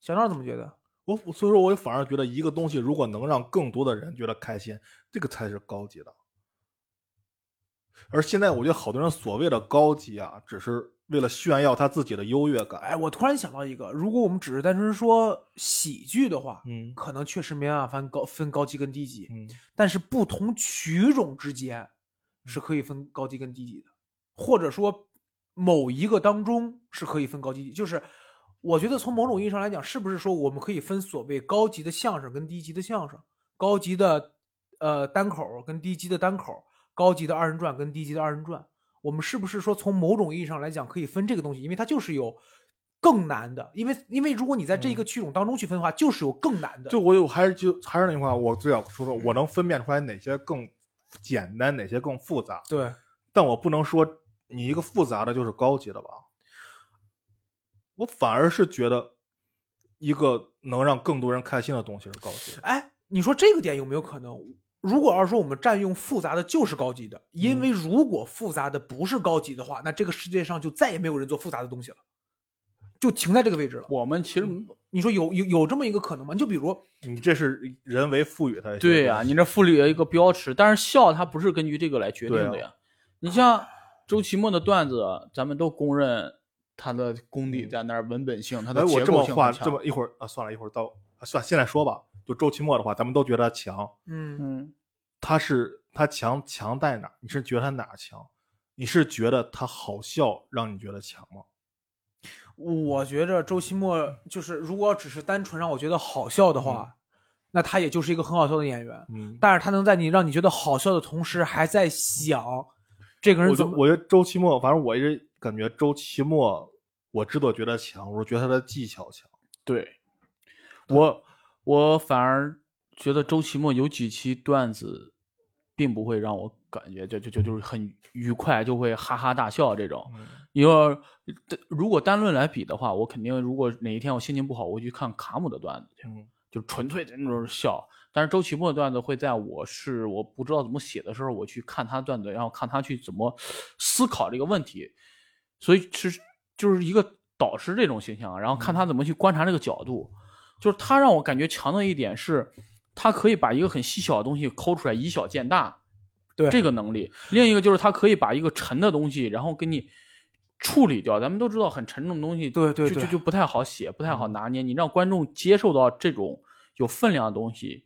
C: 小赵怎么觉得？
A: 我所以说，我反而觉得一个东西如果能让更多的人觉得开心，这个才是高级的。而现在，我觉得好多人所谓的高级啊，只是为了炫耀他自己的优越感。
C: 哎，我突然想到一个，如果我们只是单纯说喜剧的话，
A: 嗯
C: 可能确实没办法分高分高级跟低级，
A: 嗯，
C: 但是不同曲种之间是可以分高级跟低级的，或者说某一个当中是可以分高级，就是我觉得从某种意义上来讲，是不是说我们可以分所谓高级的相声跟低级的相声，高级的呃单口儿跟低级的单口儿，高级的二人转跟低级的二人转，我们是不是说从某种意义上来讲可以分这个东西，因为它就是有。更难的，因为因为如果你在这一个曲种当中去分的话，就是有更难的。
A: 就我有还是就还是那句话，我最想说说，我能分辨出来哪些更简单，哪些更复杂，
C: 对，
A: 但我不能说你一个复杂的就是高级的吧。我反而是觉得一个能让更多人开心的东西是高级的。
C: 哎，你说这个点有没有可能？如果要是说我们占用复杂的就是高级的，
A: 嗯
C: 因为如果复杂的不是高级的话，那这个世界上就再也没有人做复杂的东西了，就停在这个位置了。
B: 我们其实
C: 你说有有有这么一个可能吗？你就比如
A: 你这是人为赋予它的一些东西。
B: 对啊呀、你这赋予了一个标尺，但是笑它不是根据这个来决定
A: 对啊
B: 的呀。你像周奇墨的段子，咱们都公认他的功底在那儿，文本性、他的
A: 嗯哎，我
B: 结
A: 这么
B: 构性
A: 话
B: 很强。
A: 这么一会儿啊，算了，一会儿到啊，算现在说吧。就周奇墨的话，咱们都觉得他强，
C: 嗯，
B: 嗯，
A: 他是他强强在哪儿？你是觉得他哪儿强？你是觉得他好笑让你觉得强吗？嗯
C: 我觉着周奇墨就是，如果只是单纯让我觉得好笑的话，那他也就是一个很好笑的演员。
A: 嗯，
C: 但是他能在你让你觉得好笑的同时，还在想这个人
A: 我
C: 怎
A: 就
C: 么
A: 我觉得周奇墨，反正我一直感觉周奇墨，我之所以觉得强，我是觉得他的技巧强。
B: 对，我我反而觉得周奇墨有几期段子，并不会让我感觉就就就就是很愉快，就会哈哈大笑这种。因为如果单论来比的话，我肯定如果哪一天我心情不好，我会去看卡姆的段子去，
A: 嗯
B: 就纯粹的那种笑。但是周奇墨的段子会在我是我不知道怎么写的时候，我去看他段子，然后看他去怎么思考这个问题。所以是就是一个导师这种形象，啊然后看他
C: 嗯
B: 怎么去观察这个角度。就是他让我感觉强的一点是，他可以把一个很细小的东西抠出来，以小见大，
C: 对
B: 这个能力。另一个就是他可以把一个沉的东西，然后给你处理掉。咱们都知道，很沉重的东西，
C: 对对
B: 就
C: 对嗯
B: 就就不太好写，不太好拿捏。你让观众接受到这种有分量的东西，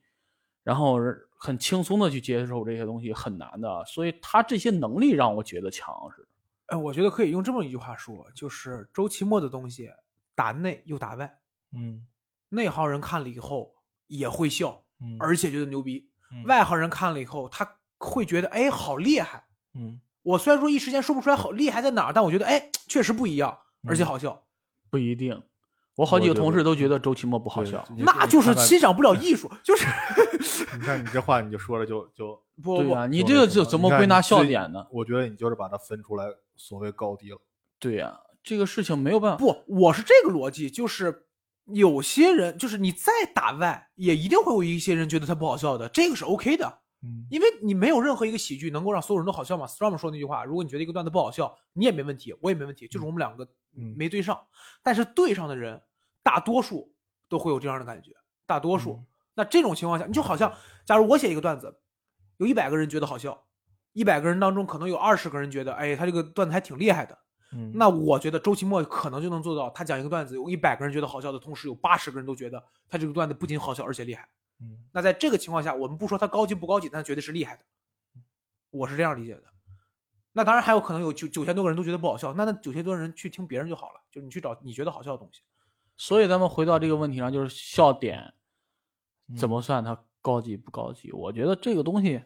B: 然后很轻松的去接受这些东西，很难的。啊所以他这些能力让我觉得强是。
C: 哎，我觉得可以用这么一句话说，就是周奇墨的东西打内又打外，
A: 嗯
C: 内行人看了以后也会笑，
A: 嗯
C: 而且觉得牛逼；
A: 嗯
C: 外行人看了以后，他会觉得哎，好厉害。
A: 嗯
C: 我虽然说一时间说不出来好厉害在哪儿，但我觉得哎，确实不一样，而且
A: 嗯
C: 好笑。
B: 不一定，我好几
A: 我
B: 个
A: 觉
B: 同
A: 得嗯
B: 事都觉得周奇墨不好
A: 对
B: 笑。
A: 你
C: 那
A: 你
C: 就是
A: 看看
C: 欣赏不了艺术，就是
A: 你看你这话你就说了就就
C: 不
B: 对啊
C: 不、
B: 呀、你
A: 就
B: 这
A: 那
B: 个
A: 什
B: 就
A: 么
B: 怎
A: 你
B: 么
A: 看
B: 归
A: 你
B: 纳笑
A: 最
B: 点呢？
A: 我觉得你就是把它分出来所谓高低了。
B: 对呀、这个事情没有办法。
C: 不，我是这个逻辑，就是有些人就是你再打外，也一定会有一些人觉得他不好笑的，这个是 OK 的，
A: 嗯
C: 因为你没有任何一个喜剧能够让所有人都好笑嘛。Strom 说那句话，如果你觉得一个段子不好笑，你也没问题，我也没问题，就是我们两个
A: 嗯
C: 没对上，但是对上的人大多数都会有这样的感觉，大多数。
A: 嗯
C: 那这种情况下，你就好像，假如我写一个段子，有一百个人觉得好笑，一百个人当中可能有二十个人觉得，哎，他这个段子还挺厉害的。
A: 嗯
C: 那我觉得周奇墨可能就能做到，他讲一个段子，有一百个人觉得好笑的同时，有八十个人都觉得他这个段子不仅好笑，而且厉害。
A: 嗯
C: 那在这个情况下，我们不说他高级不高级，但绝对是厉害的。我是这样理解的。那当然还有可能有九九千多个人都觉得不好笑，那那九千多人去听别人就好了，就是你去找你觉得好笑的东西。
B: 所以咱们回到这个问题上，就是笑点怎
A: 嗯
B: 么算它高级不高级？我觉得这个东西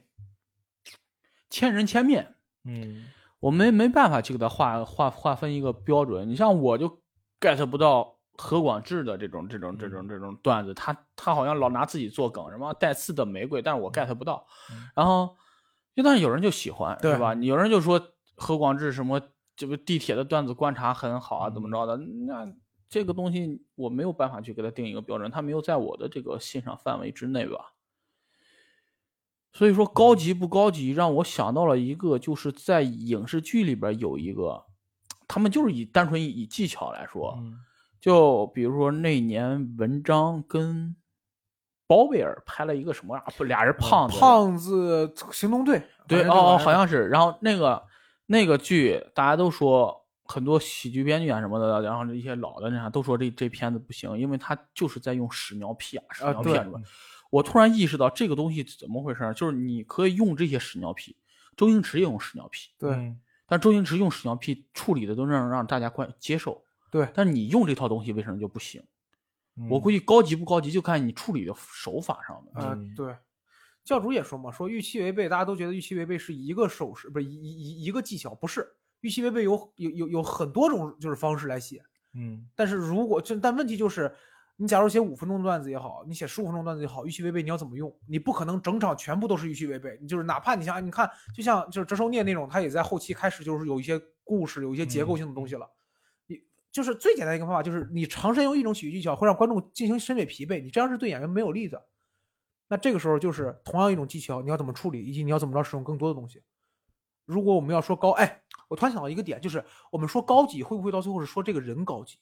B: 千人千面，
A: 嗯
B: 我们没办法去给它划划划分一个标准。你像我就 get 不到何广智的这种这种这种这种段子，他他好像老拿自己做梗，什么带刺的玫瑰，但是我 get 不到。
A: 嗯
B: 然后，就但是有人就喜欢，
C: 对
B: 是吧？有人就说何广智什么这个地铁的段子观察很好啊，怎么着的？那这个东西我没有办法去给他定一个标准，他没有在我的这个欣赏范围之内吧。所以说高级不高级，让我想到了一个，就是在影视剧里边有一个，他们就是以单纯以以技巧来说，
A: 嗯
B: 就比如说那年文章跟包贝尔拍了一个什么啊，不俩人胖子、
C: 胖子行动队，
B: 对
C: 反正这
B: 哦哦，
C: 玩意儿
B: 好像是。然后那个那个剧，大家都说很多喜剧编剧啊什么的，然后一些老的那啥都说这这片子不行，因为他就是在用屎尿屁啊屎
C: 啊
B: 尿
C: 对
B: 屁什么。我突然意识到这个东西怎么回事儿，就是你可以用这些屎尿屁，周星驰也用屎尿屁，
C: 对
A: 嗯
B: 但周星驰用屎尿屁处理的都让让大家快接受，
C: 对，
B: 但是你用这套东西为什么就不行？
A: 嗯
B: 我估计高级不高级就看你处理的手法上面。
C: 呃
A: 嗯
C: 对，教主也说嘛，说预期违背，大家都觉得预期违背是一个手势，不是一一一一个技巧，不是预期违背有有有有很多种就是方式来写，
A: 嗯
C: 但是如果这但问题就是，你假如写五分钟的段子也好，你写十五分钟的段子也好，预期违背你要怎么用？你不可能整场全部都是预期违背，你就是哪怕你像你看，就像就是折寿孽那种，他也在后期开始就是有一些故事，有一些结构性的东西了。你就是最简单一个方法，就是你尝试用一种喜剧技巧，会让观众进行审美疲惫，你这样是对演员没有利的。那这个时候就是同样一种技巧，你要怎么处理，以及你要怎么着使用更多的东西。如果我们要说高，哎，我突然想到一个点，就是我们说高级，会不会到最后是说这个人高级？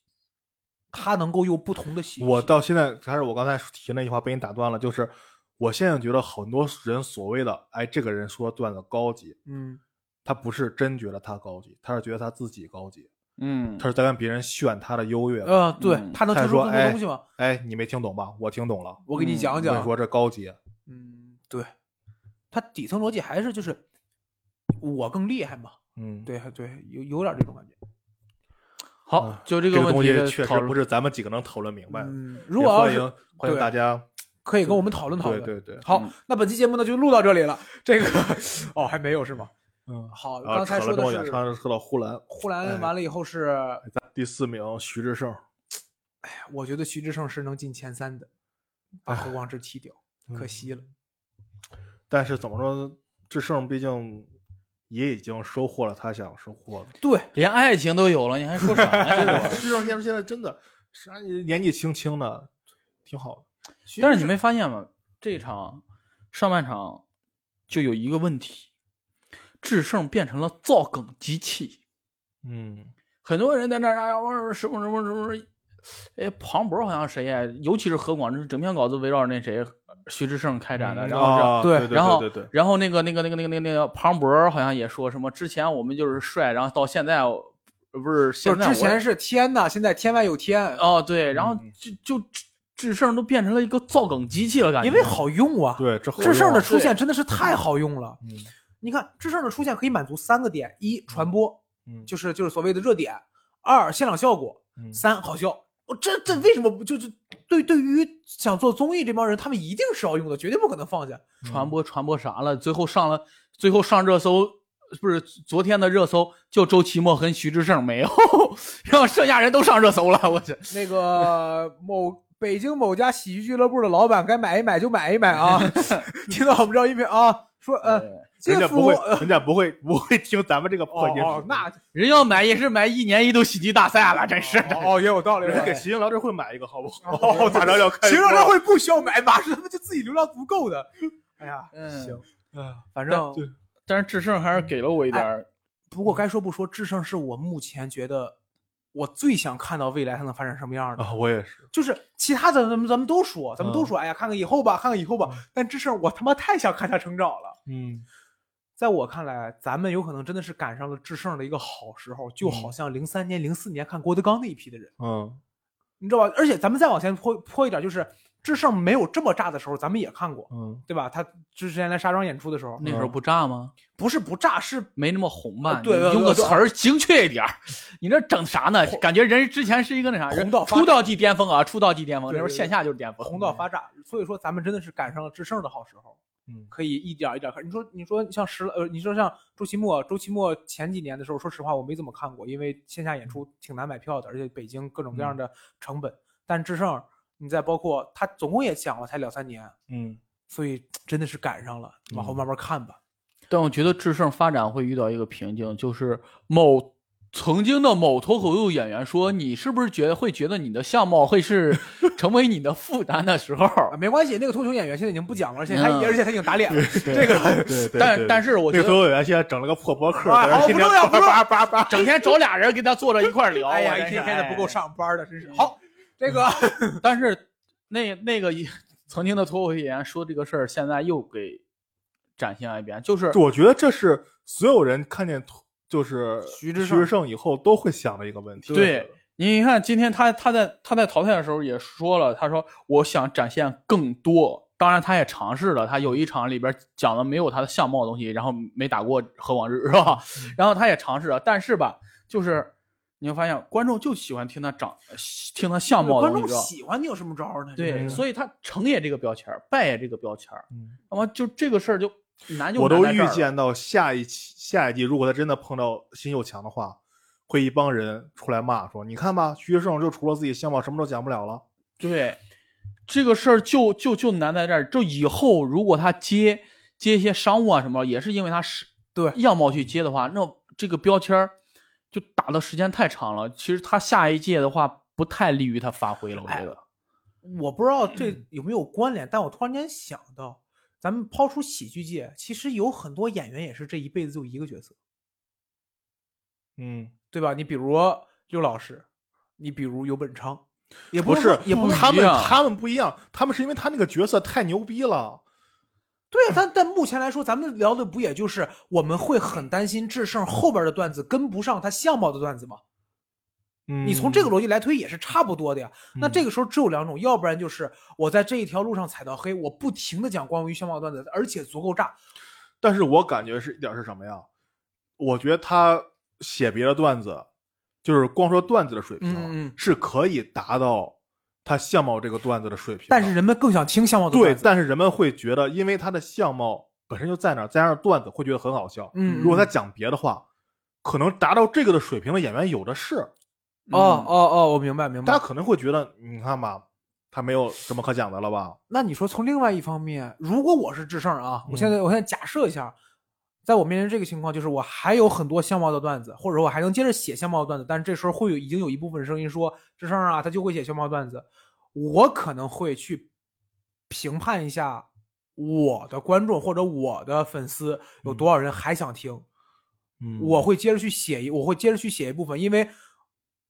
C: 他能够用不同的喜剧，
A: 我到现在，还是我刚才提那句话被你打断了，就是我现在觉得很多人所谓的“哎，这个人说段子高级
C: 嗯，”，
A: 他不是真觉得他高级，他是觉得他自己高级，
B: 嗯
A: 他，是在跟别人炫他的优越感。
C: 呃，对
B: 嗯
C: 他能
A: 他
C: 听出
A: 说
C: 更多
A: 哎
C: 东西吗？
A: 哎，你没听懂吧？我听懂了。
C: 我给你
B: 嗯
A: 我
C: 讲
A: 跟你
C: 讲，
A: 说这高级，
C: 嗯，对，他底层逻辑还是就是我更厉害嘛，
A: 嗯，，
C: 对对，有有点这种感觉。
B: 好，就这
A: 这
B: 个
A: 个
B: 问
A: 东
B: 题
A: 西
B: 的
A: 确
B: 讨
A: 实
B: 论
A: 不是咱们几个能讨论明白的。
C: 嗯，如
A: 也
C: 果要
A: 欢
C: 是
A: 迎欢迎
C: 对
A: 大家，
C: 可以跟我们讨论讨
A: 对
C: 论。
A: 对对，
C: 好
B: 嗯，
C: 那本期节目呢就录到这里了。这个 哦还没有是吗？
A: 嗯，
C: 好，
A: 然后
C: 刚才
A: 扯
C: 说
A: 了这
C: 的
A: 么远，
C: 是
A: 扯到扯到呼兰，
C: 呼兰完了以后是
A: 第四名徐志胜，
C: 我觉得徐志胜是能进前三的，把
B: 哎
C: 何光志踢掉，可
A: 嗯
C: 惜了。
A: 但是怎么说呢，志胜毕竟也已经收获了他想收获的。
C: 对，
B: 连爱情都有了，你还说啥 呀？
A: 哎志胜现在现在真的啥年纪轻轻的，挺好的。
B: 但是你没发现吗？这场上半场就有一个问题，智胜变成了造梗机器。
A: 嗯，
B: 很多人在那儿啊，我什么什么什么，哎，庞博好像谁呀、尤其是何广智，整篇稿子围绕着那谁徐志胜开展的，然后是。
A: 啊
C: 嗯对
A: 对
B: 然后
A: 对对对，
B: 然后那个那个那个那个那个那个庞博好像也说什么，之前我们就是帅，然后到现在我不
C: 就
B: 是现在
C: 之
B: 我
C: 前是天呐，现在天外有天，
B: 哦对，然后
A: 嗯
B: 就就智智胜都变成了一个造梗机器了，感觉
C: 因为好用啊。
A: 对这
C: 智胜的
A: 后
C: 出现真的是太好用了。
A: 面啊
C: 你看，智胜的出现可以满足三个点：一、传播，
A: 嗯嗯
C: 就是就是所谓的热点；二、现场效果；
A: 嗯
C: 三、好笑。我这这为什么不就是对对于想做综艺这帮人，他们一定是要用的，绝对不可能放下。
B: 传播传播啥了？最后上了，最后上热搜，不是昨天的热搜，就周奇墨跟徐志胜没有， 然后剩下人都上热搜了。我去，
C: 那个 某北京某家喜剧俱乐部的老板该买一买就买一买 啊！听到我们这音频啊，说呃，
A: 哎人
C: 这
A: 家不
C: 副
A: 会
C: 呃，
A: 人家不会不会听咱们这个破
C: 哦
A: 节
C: 哦
A: 目，，
C: 那
B: 人要买也是买一年一度喜剧大赛了，真是的。
C: 哦也有道理。
A: 人家给
C: 哎
A: 齐星聊这会买一个好不好？哦， 咋着要开始
C: 行政这会不需要买，马上他们就自己流量足够的。哎呀，
B: 嗯
C: 行，哎
A: 啊
C: 反正
A: 对
B: 但是志胜还是给了我一点儿，
C: 不过该说不说，智胜是我目前觉得我最想看到未来它能发展什么样的。
A: 啊，嗯我也是，
C: 就是其他的咱们咱们都说，咱们都说，哎呀，看看以后吧，看看以后吧。但智胜我他妈太想看他成长了。
A: 嗯
C: 在我看来，咱们有可能真的是赶上了智胜的一个好时候，就
B: 嗯
C: 好像零三年、零四年看郭德纲那一批的人，
A: 嗯
C: 你知道吧？而且咱们再往前泼泼一点，就是智胜没有这么炸的时候，咱们也看过，
A: 嗯
C: 对吧？他之前来沙庄演出的时候，
B: 那时候不炸吗？
C: 不是不炸，是
B: 没那么红吧？
C: 呃对对
B: 你用个
C: 对
B: 词儿精确一点儿。你这整啥呢？感觉人之前是一个那啥，
C: 红
B: 人
C: 到发
B: 出道即巅峰啊，出道即巅峰，
C: 对
B: 那时候
C: 对对
B: 线下就是巅峰，
C: 红到发炸。所以说，咱们真的是赶上了智胜的好时候，
A: 嗯
C: 可以一点儿一点儿看。你说，你说像石呃，你说像周奇墨，周奇墨前几年的时候，说实话我没怎么看过，因为线下演出挺难买票的，而且北京各种
B: 嗯
C: 各样的成本。但智胜，你再包括他总共也讲了才两三年，
A: 嗯
C: 所以真的是赶上了，往
B: 嗯
C: 后慢慢看吧。
B: 但我觉得智胜发展会遇到一个瓶颈，就是某曾经的某脱口秀演员说：“你是不是觉得会觉得你的相貌会是成为你的负担的时候
C: 啊，没关系，那个脱口秀演员现在已经不讲了，而且他、
B: 嗯
C: 而且他已经打脸了。
A: 这个 对？”对，
B: 但但
A: 是
B: 是我
A: 那
B: 觉
A: 个所
B: 得
A: 有员现在整了个破博客，
C: 哎
A: 在那
C: 好
A: 天
C: 不
A: 天
C: 重要不重
A: 叭
C: 要
A: 叭叭叭
B: 整天找俩人跟他坐着一块儿 聊，
C: 哎呀，
B: 我
C: 一
B: 真是
C: 天天的不够。
B: 哎
C: 上班的，真是好。这个
B: 但是那那个一 曾经的脱口秀演员说这个事儿，现在又给展现了一遍，就是
A: 我觉得这是所有人看见图就是
C: 徐志胜
A: 胜以后都会想的一个问题。
B: 对，你看，今天他他在他在淘汰的时候也说了，他说我想展现更多。当然，他也尝试了，他有一场里边讲的没有他的相貌的东西，然后没打过何广智，是吧？ 然后他也尝试了，但是吧，就是你会发现观众就喜欢听他长，听他相貌的
C: 观
B: 东
C: 众
B: 西知道吧，
C: 喜欢你有什么招儿呢？
B: 对，
A: 嗯
B: 所以他成也这个标签儿，败也这个标签儿，
A: 嗯
B: 那么就这个事儿就难就
A: 我
B: 难
A: 都
B: 在这
A: 预
B: 儿了
A: 见到下一期下一季，如果他真的碰到辛又强的话，会一帮人出来骂说：“你看吧，徐志胜就除了自己相貌什么都讲不了了。
B: 对，这个事儿就就就难在这儿。就以后如果他接接一些商务啊什么，也是因为他是
C: 对
B: 样貌去接的话，那这个标签儿就打的时间太长了。其实他下一届的话，不太利于他发挥了，我
C: 哎
B: 觉得。
C: 我不知道这有没有关联，但我突然间想到，咱们抛出喜剧界，其实有很多演员也是这一辈子就一个角色，”
A: 嗯，
C: 对吧？你比如刘老师，你比如游本昌，也
A: 不
C: 是
A: 是
C: 说，也不
B: 一
C: 是
A: 他们
B: 样
A: 他们不一样，他们是因为他那个角色太牛逼了。
C: 对啊，但但目前来说，咱们聊的不也就是我们会很担心智胜后边的段子跟不上他相貌的段子吗？
A: 嗯，
C: 你从这个逻辑来推也是差不多的呀。那
A: 嗯
C: 这个时候只有两种，要不然就是我在这一条路上踩到黑，我不停的讲关于相貌段子，而且足够炸。
A: 但是我感觉是一点是什么呀？我觉得他写别的段子，就是光说段子的水平，
C: 嗯嗯嗯
A: 是可以达到他相貌这个段子的水平的。
C: 但是人们更想听相貌的
A: 对
C: 段，子。
A: 但是人们会觉得，因为他的相貌本身就在那儿，再加上段子，会觉得很好笑。
C: 嗯
A: 如果他讲别的话，可能达到这个的水平的演员有的是。
C: 哦哦哦，我明白明
A: 大
C: 白
A: 家。可能会觉得，你看吧，他没有什么可讲的了吧？
C: 那你说从另外一方面，如果我是智胜啊，我
A: 嗯
C: 现在我现在假设一下，在我面临这个情况，就是我还有很多相貌的段子，或者说我还能接着写相貌的段子，但是这时候会有已经有一部分声音说智胜啊，他就会写相貌段子，我可能会去评判一下我的观众或者我的粉丝有多少人还想听，
A: 嗯
C: 我会接着去写一，我会接着去写一部分，因为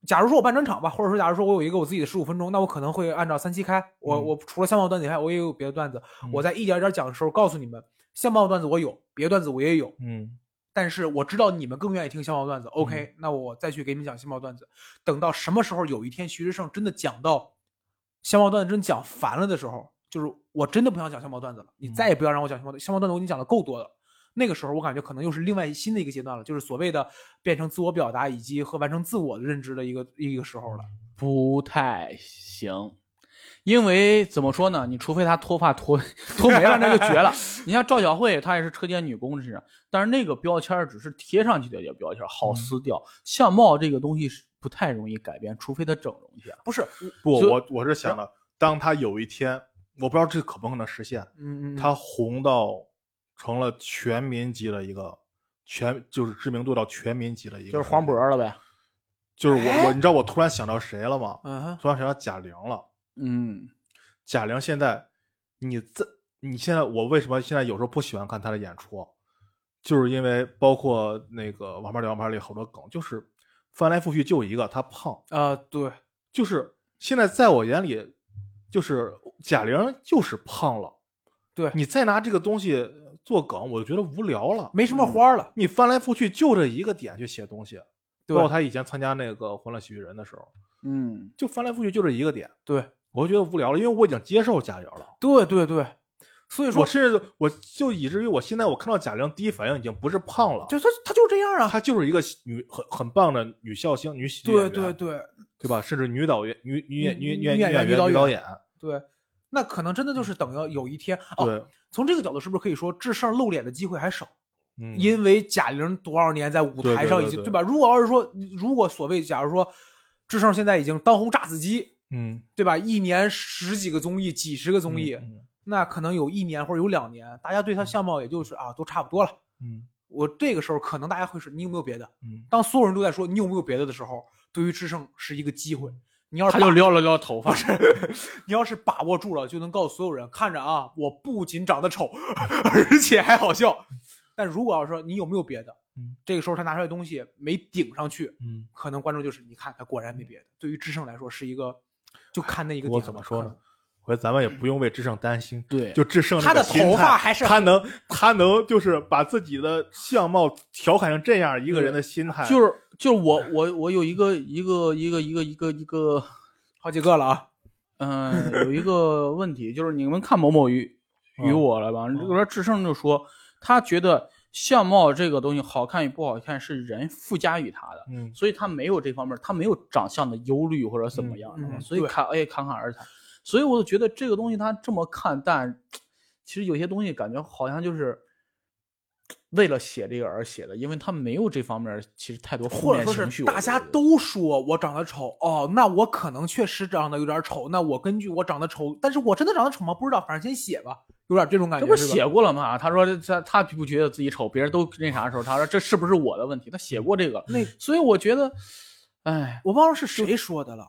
C: 假如说我办专场吧，或者说假如说我有一个我自己的十五分钟，那我可能会按照三期开，我、
A: 嗯
C: 我除了相貌段子以外，我也有别的段子，
A: 嗯
C: 我在一点一点讲的时候告诉你们，相貌段子我有，别的段子我也有，
A: 嗯
C: 但是我知道你们更愿意听相貌段子，OK，、那
B: 嗯
C: 我再去给你们讲相貌段子，等到什么时候有一天徐志胜真的讲到相貌段子真讲烦了的时候，就是我真的不想讲相貌段子了，你
A: 嗯
C: 再也不要让我讲相貌段相貌段子，我已经讲的够多了。那个时候，我感觉可能又是另外新的一个阶段了，就是所谓的变成自我表达以及和完成自我的认知的一个一个时候
B: 嗯
C: 了。
B: 不太行，因为怎么说呢？你除非他脱发脱脱没了，那就绝了。你像赵小慧，她也是车间女工这样，但是那个标签儿只是贴上去的一个标签儿，好撕掉。相貌这个东西是不太容易改变，除非她整容去。
C: 不是，嗯
A: 不，
B: 就
A: 我我是想
C: 呃
A: 着，当他有一天，我不知道这可不可能实现，
C: 嗯嗯，
A: 他红到成了全民级的一个全，就是知名度到全民级的一个，
B: 就是黄渤，了呗。
A: 就是我 我，
C: 哎
A: 你知道我突然想到谁了吗？
C: 嗯哼，
A: 突然想到贾玲了。
B: 嗯，
A: 贾玲现在，你这你现在我为什么现在有时候不喜欢看她的演出，就是因为包括那个《王牌对王牌》里好多梗，就是翻来覆去就一个她胖，
C: 呃，对，
A: 就是现在在我眼里，就是贾玲就是胖了，
C: 对
A: 你再拿这个东西做梗，我就觉得无聊了。
C: 没什
B: 嗯
C: 么花儿了。
A: 你翻来覆去就这一个点去写东西，包
C: 对
A: 括她以前参加那个《欢乐喜剧人》的时候，
B: 嗯，
A: 就翻来覆去就这一个点，
C: 对
A: 我就觉得无聊了，因为我已经接受贾玲了。
C: 对对对，所以说
A: 我甚至我就以至于我现在我看到贾玲第一反应已经不是胖了，
C: 就他他就是这样啊。
A: 她就是一个女很很棒的女笑星、女喜剧演
C: 对
A: 员，
C: 对对
A: 对吧？甚至女导演、女女演、女
C: 女
A: 演
C: 女演员
A: 员、
C: 女导
A: 女导
C: 演
A: 演，
C: 对，那可能真的就是等要有一天哦。
A: 对，
C: 从这个角度，是不是可以说智胜露脸的机会还少？
A: 嗯，
C: 因为贾玲多少年在舞
A: 对
C: 台
A: 对
C: 上
A: 对
C: 已经
A: 对
C: 吧？如果要是说，如果所谓假如说智胜现在已经当红炸子鸡，
A: 嗯，
C: 对吧？一年十几个综艺、几十个综艺，
A: 嗯嗯
C: 那可能有一年或者有两年，大家对他相貌也就是啊，都差不多了。
A: 嗯
C: 我这个时候可能大家会是你有没有别的？
A: 嗯，
C: 当所有人都在说你有没有别的的时候，对于智胜是一个机会。你要是
B: 她
C: 把
B: 就撩了撩头发。
C: 你要是把握住了，就能告诉所有人，看着啊，我不仅长得丑， 而且还好笑。但如果要说你有没有别的，
A: 嗯
C: 这个时候他拿出来的东西没顶上去，
A: 嗯，
C: 可能观众就是你看他果然没别的。对于智胜来说是一个，就看那一个
A: 我
C: 点
A: 怎么
C: 了
A: 说
C: 可
A: 呢
C: 能？？
A: 我觉得咱们也不用为智胜担心，
B: 对
A: 就智胜那
C: 他的
A: 个心
C: 头发
A: 态
C: 还是
A: 他能他能就是把自己的相貌调侃成这样一个人的心态，
B: 就是就是我我我有一个一个一个一个一个一个，
C: 好几个了啊，
B: 嗯、有一个问题就是你们看某某与与
A: 嗯
B: 我了吧？有说智胜就说他觉得相貌这个东西好看与不好看是人附加于他的，
A: 嗯
B: 所以他没有这方面，他没有长相的忧虑或者怎么样的
C: 嗯
B: 嘛，
C: 嗯
B: 所以
C: 对
B: 侃哎侃侃而谈。所以我就觉得这个东西他这么看淡，其实有些东西感觉好像就是为了写这个而写的，因为他没有这方面其实太多负
C: 或者
B: 面
C: 说
B: 情绪。
C: 是
B: 我
C: 大家
B: 觉得
C: 都说我长得丑哦，那我可能确实长得有点丑，那我根据我长得丑，但是我真的长得丑吗？不知道，反正先写吧，有点这种感
B: 这
C: 觉。
B: 不
C: 是
B: 是
C: 吧
B: 写过了吗？他说他他不觉得自己丑，别人都那啥的时候，他说这是不是我的问题？他写过这个，
C: 那
B: 所以我觉得，哎，
C: 我忘了是谁说的了，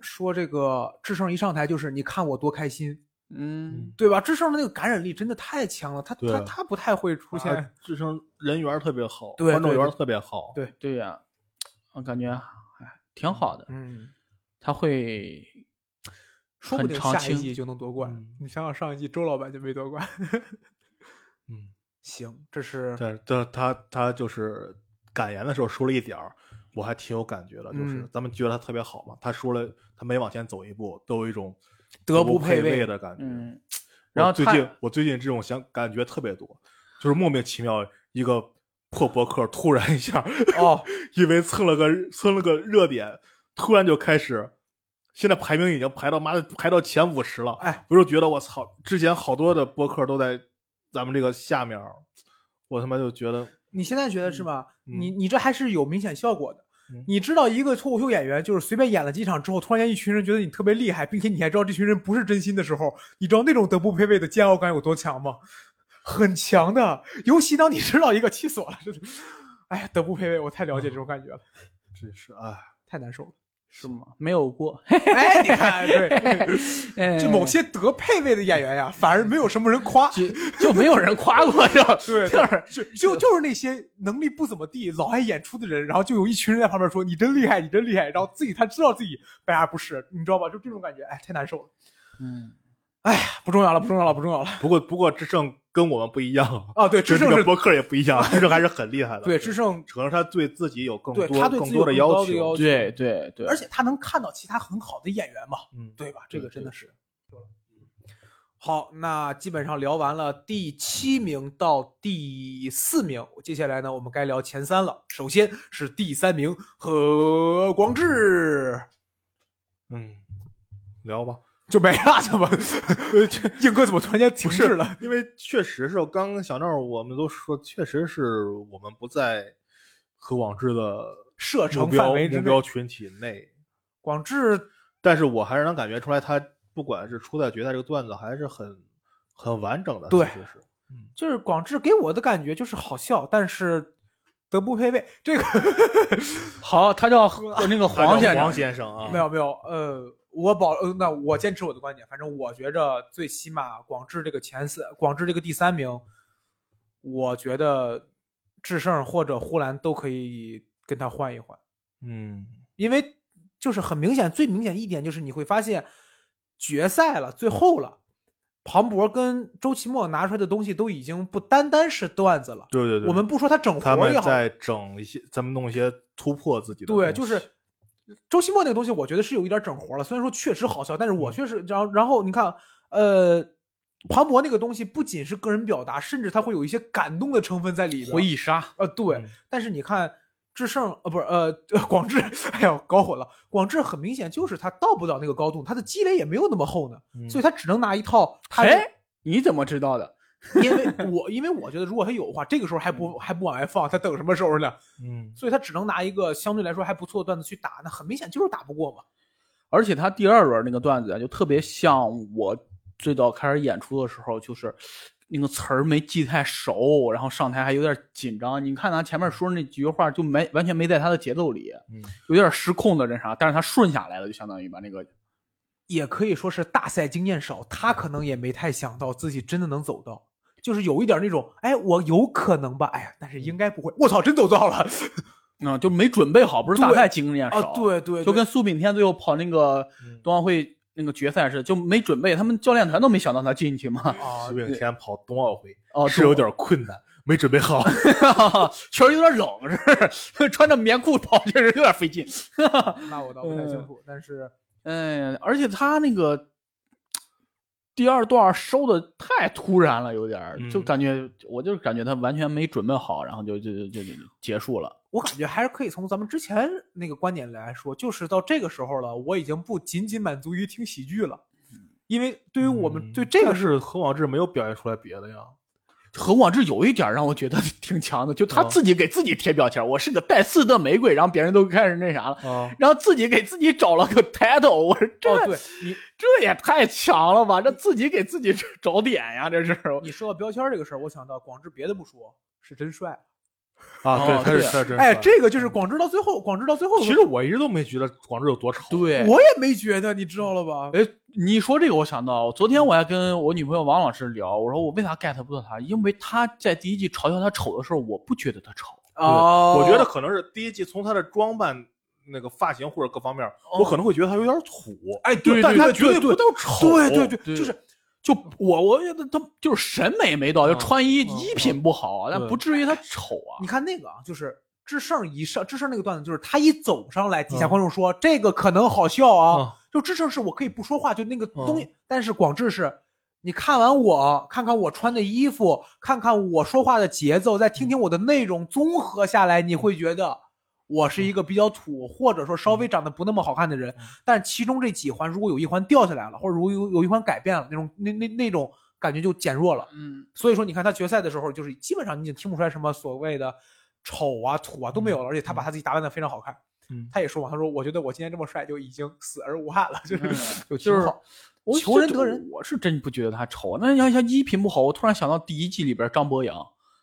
C: 说这个智胜一上台就是你看我多开心，
B: 嗯，
C: 对吧？智胜的那个感染力真的太强了，他
A: 对
C: 他他不太会出现。
A: 啊智胜人缘儿特别好，
C: 对
A: 观众
C: 对
A: 缘儿
C: 对
A: 特别好，
C: 对
B: 对呀、我感觉哎挺好的，
C: 嗯，
B: 他会
C: 说不
B: 很
C: 定
B: 长
C: 下一
B: 青
C: 季就能夺冠。
A: 嗯
C: 你想想上一季周老板就没夺冠，
A: 嗯，
C: 行，这是
A: 但是他他他就是感言的时候说了一点儿，我还挺有感觉的，就是
C: 嗯
A: 咱们觉得他特别好嘛，他说了他每往前走一步都有一种
C: 德
A: 不
C: 不配位
A: 位的感觉。
B: 嗯，
A: 我
B: 然后
A: 最
B: 他
A: 近我最近这种想感觉特别多，就是莫名其妙一个破博客突然一下
C: 哦，
A: 因为蹭了个蹭了个热点，突然就开始，现在排名已经排到妈的排到前五十了。
C: 哎，
A: 我就觉得我操，之前好多的播客都在咱们这个下面儿，我他妈就觉得
C: 你现在觉得是吧？
A: 嗯
C: 你你这还是有明显效果的。
A: 嗯
C: 你知道一个脱口秀演员就是随便演了几场之后，突然间一群人觉得你特别厉害，并且你还知道这群人不是真心的时候，你知道那种德不配位的煎熬感有多强吗？很强的，尤其当你知道一个气死我了，真的，哎呀，德不配位，我太了解这种感觉了，
A: 这是哎，
C: 太难受了。
B: 是吗？没有过， 哎
C: 哎，你看， 对，
B: 这
C: 这某些德配位的演员呀，反而没有什么人夸。
B: 就就没有人夸过，是吧？
C: 对
B: 就是
C: 是就就是那些能力不怎么地、老爱演出的人，然后就有一群人在旁边说你真厉害，你真厉害，然后自己他知道自己白牙不是，你知道吧？就这种感觉，哎，太难受了。
B: 嗯，
C: 不重要了，不重要了，不重要了。
A: 不过不过志胜跟我们不一样，
C: 啊，对，
A: 就
C: 智
A: 这
C: 胜
A: 个
C: 是，
A: 博客也不 一样，志胜还是很厉害的。
C: 对，智胜，
A: 可能他对自己有更
C: 对
A: 多
C: 他对自
A: 更
C: 己
A: 多
C: 有更
A: 要
C: 高的要求
B: 对对对，
C: 而且他能看到其他很好的演员嘛，
A: 嗯，
C: 对吧？这个
A: 对
C: 真的是。好，那基本上聊完了第七名到第四名，接下来呢，我们该聊前三了。首先是第三名何光志，
A: 嗯，聊吧。
C: 就没了，怎么？ 硬哥怎么突然间停滞了？
A: 因为确实是我刚跟小闹我们都说，确实是我们不在和往志的
C: 射程
A: 目标
C: 范围之
A: 目
C: 内
A: 标，群体内，
C: 广智
A: 但是我还是能感觉出来，他不管是初代、决赛这个段子，还是很很完整的。
C: 对
A: 其实是
C: 就是广智给我的感觉就是好笑，但是德不配位。 这个
B: 好，他叫那个黄先
A: 黄
B: 生，
A: 先生啊，
C: 没有没有，呃，我保呃，那我坚持我的观点，反正我觉着最起码广智这个前四，广智这个第三名，我觉得智胜或者呼兰都可以跟他换一换。
A: 嗯，
C: 因为就是很明显，最明显一点就是你会发现，决赛了，最后了，庞博跟周奇墨拿出来的东西都已经不单单是段子了。
A: 对对对，
C: 我们不说他整活
A: 他
C: 儿
A: 们
C: 也好，
A: 在嗯整一些，咱们弄一些突破自己的东西。
C: 对，就是周奇墨那个东西，我觉得是有一点整活儿了。虽然说确实好笑，但是
A: 嗯
C: 我确实，然后然后你看，呃。庞博那个东西不仅是个人表达，甚至他会有一些感动的成分在里边。
B: 回忆杀，
C: 呃，对，
A: 嗯
C: 但是你看智胜，呃，不是，呃， 呃广智，哎呀，搞混了。广智很明显就是他到不了那个高度，他的积累也没有那么厚呢，
A: 嗯
C: 所以他只能拿一套他。
B: 哎，你怎么知道的？
C: 因为我因为我觉得如果他有的话，这个时候还
B: 嗯
C: 不还不往外放，他等什么时候呢？
A: 嗯，
C: 所以他只能拿一个相对来说还不错的段子去打，那很明显就是打不过嘛。
B: 而且他第二轮那个段子啊，就特别像我最早开始演出的时候，就是那个词儿没记太熟，然后上台还有点紧张。你看他前面说那几句话就没完全没在他的节奏里，
A: 嗯
B: 有点失控的那啥，但是他顺下来了，就相当于把那个
C: 也可以说是大赛经验少，他可能也没太想到自己真的能走到，就是有一点那种，哎，我有可能吧，哎呀，但是
B: 嗯
C: 应该不会，我操，真走到了
B: 啊、就没准备好，不是大
C: 对
B: 赛经验少，
C: 啊！对对，
B: 就
C: 对
B: 跟苏炳添最后跑那个
A: 嗯
B: 冬奥会那个决赛似的，就没准备，他们教练团都没想到他进去嘛。
C: 啊
A: 苏，炳添跑冬奥会
B: 哦，
A: 是有点困难，没准备好。
B: 确实有点冷，是 穿着棉裤跑确实有点费劲。
C: 那我倒不太清
B: 嗯
C: 楚，但是
B: 嗯，而且他那个第二段收的太突然了，有点儿
A: 嗯
B: 就感觉，我就感觉他完全没准备好，然后就就就就就结束了。
C: 我感觉还是可以从咱们之前那个观点来说，就是到这个时候了，我已经不仅仅满足于听喜剧了，因为对于我们
A: 嗯
C: 对这个
A: 但
C: 是
A: 是何往志没有表现出来别的呀。
B: 何广智有一点让我觉得 挺强的，就他
A: 哦
B: 自己给自己贴标签儿，我是个带刺的玫瑰，然后别人都开始那啥了。
A: 啊，
B: 然后自己给自己找了个 title，我说这、
C: 哦，对你
B: 这也太强了吧！这自己给自己找点呀，这是。
C: 你说到标签儿这个事儿，我想到广智别的不说，是真帅。
A: 啊，对，
B: 哦
A: 他是
B: 对
A: 他是真
C: 哎，
A: 帅嗯
C: 这个就是广智到最后，广智到最后，
A: 其实我一直都没觉得广志有多丑。
B: 对，
C: 我也没觉得，你知道了吧？
B: 哎，你说这个我想到，昨天我还跟我女朋友王老师聊，我说我为啥 get 不到他，因为他在第一季嘲笑他丑的时候，我不觉得他丑。
A: 对
C: 哦，
A: 我觉得可能是第一季从他的装扮、那个发型或者各方面，
C: 哦
A: 我可能会觉得他有点土。
C: 哎，对，
A: 但
C: 对
A: 他
C: 对
A: 绝对不
C: 对
A: 到丑。
C: 对对对
B: 对
C: 就是
B: 就我，我觉得他就是审美没到，就
A: 嗯
B: 穿衣、
A: 嗯
B: 衣品不好啊，但
A: 对
B: 不至于他丑啊
C: 你。看那个啊，就是智胜一上，智胜那个段子就是他一走上来，底下
A: 嗯
C: 观众说、这个可能好笑啊，
A: 嗯
C: 就智胜是我可以不说话，就那个东西，但是广智是。你看完我，看看我穿的衣服，看看我说话的节奏，再
A: 嗯
C: 听听我的内容，综合下来，你会觉得我
A: 嗯
C: 是一个比较土，或者说稍微长得不那么好看的人。但其中这几环，如果有一环掉下来了，或者如果有有一环改变了，那种那那那种感觉就减弱了。
B: 嗯，
C: 所以说，你看他决赛的时候，就是基本上你已经听不出来什么所谓的丑啊、土啊都没有了，而且他把他自己打扮的非常好看。
A: 嗯
C: 他也说嘛，他说我觉得我今天这么帅就已经死而无憾了，
A: 嗯
C: 就是、就
B: 就
C: 挺
B: 是
C: 好。
B: 我
C: 求人
B: 是
C: 得人，
B: 我是真不觉得他丑。那要像衣品不好，我突然想到第一季里边张博洋，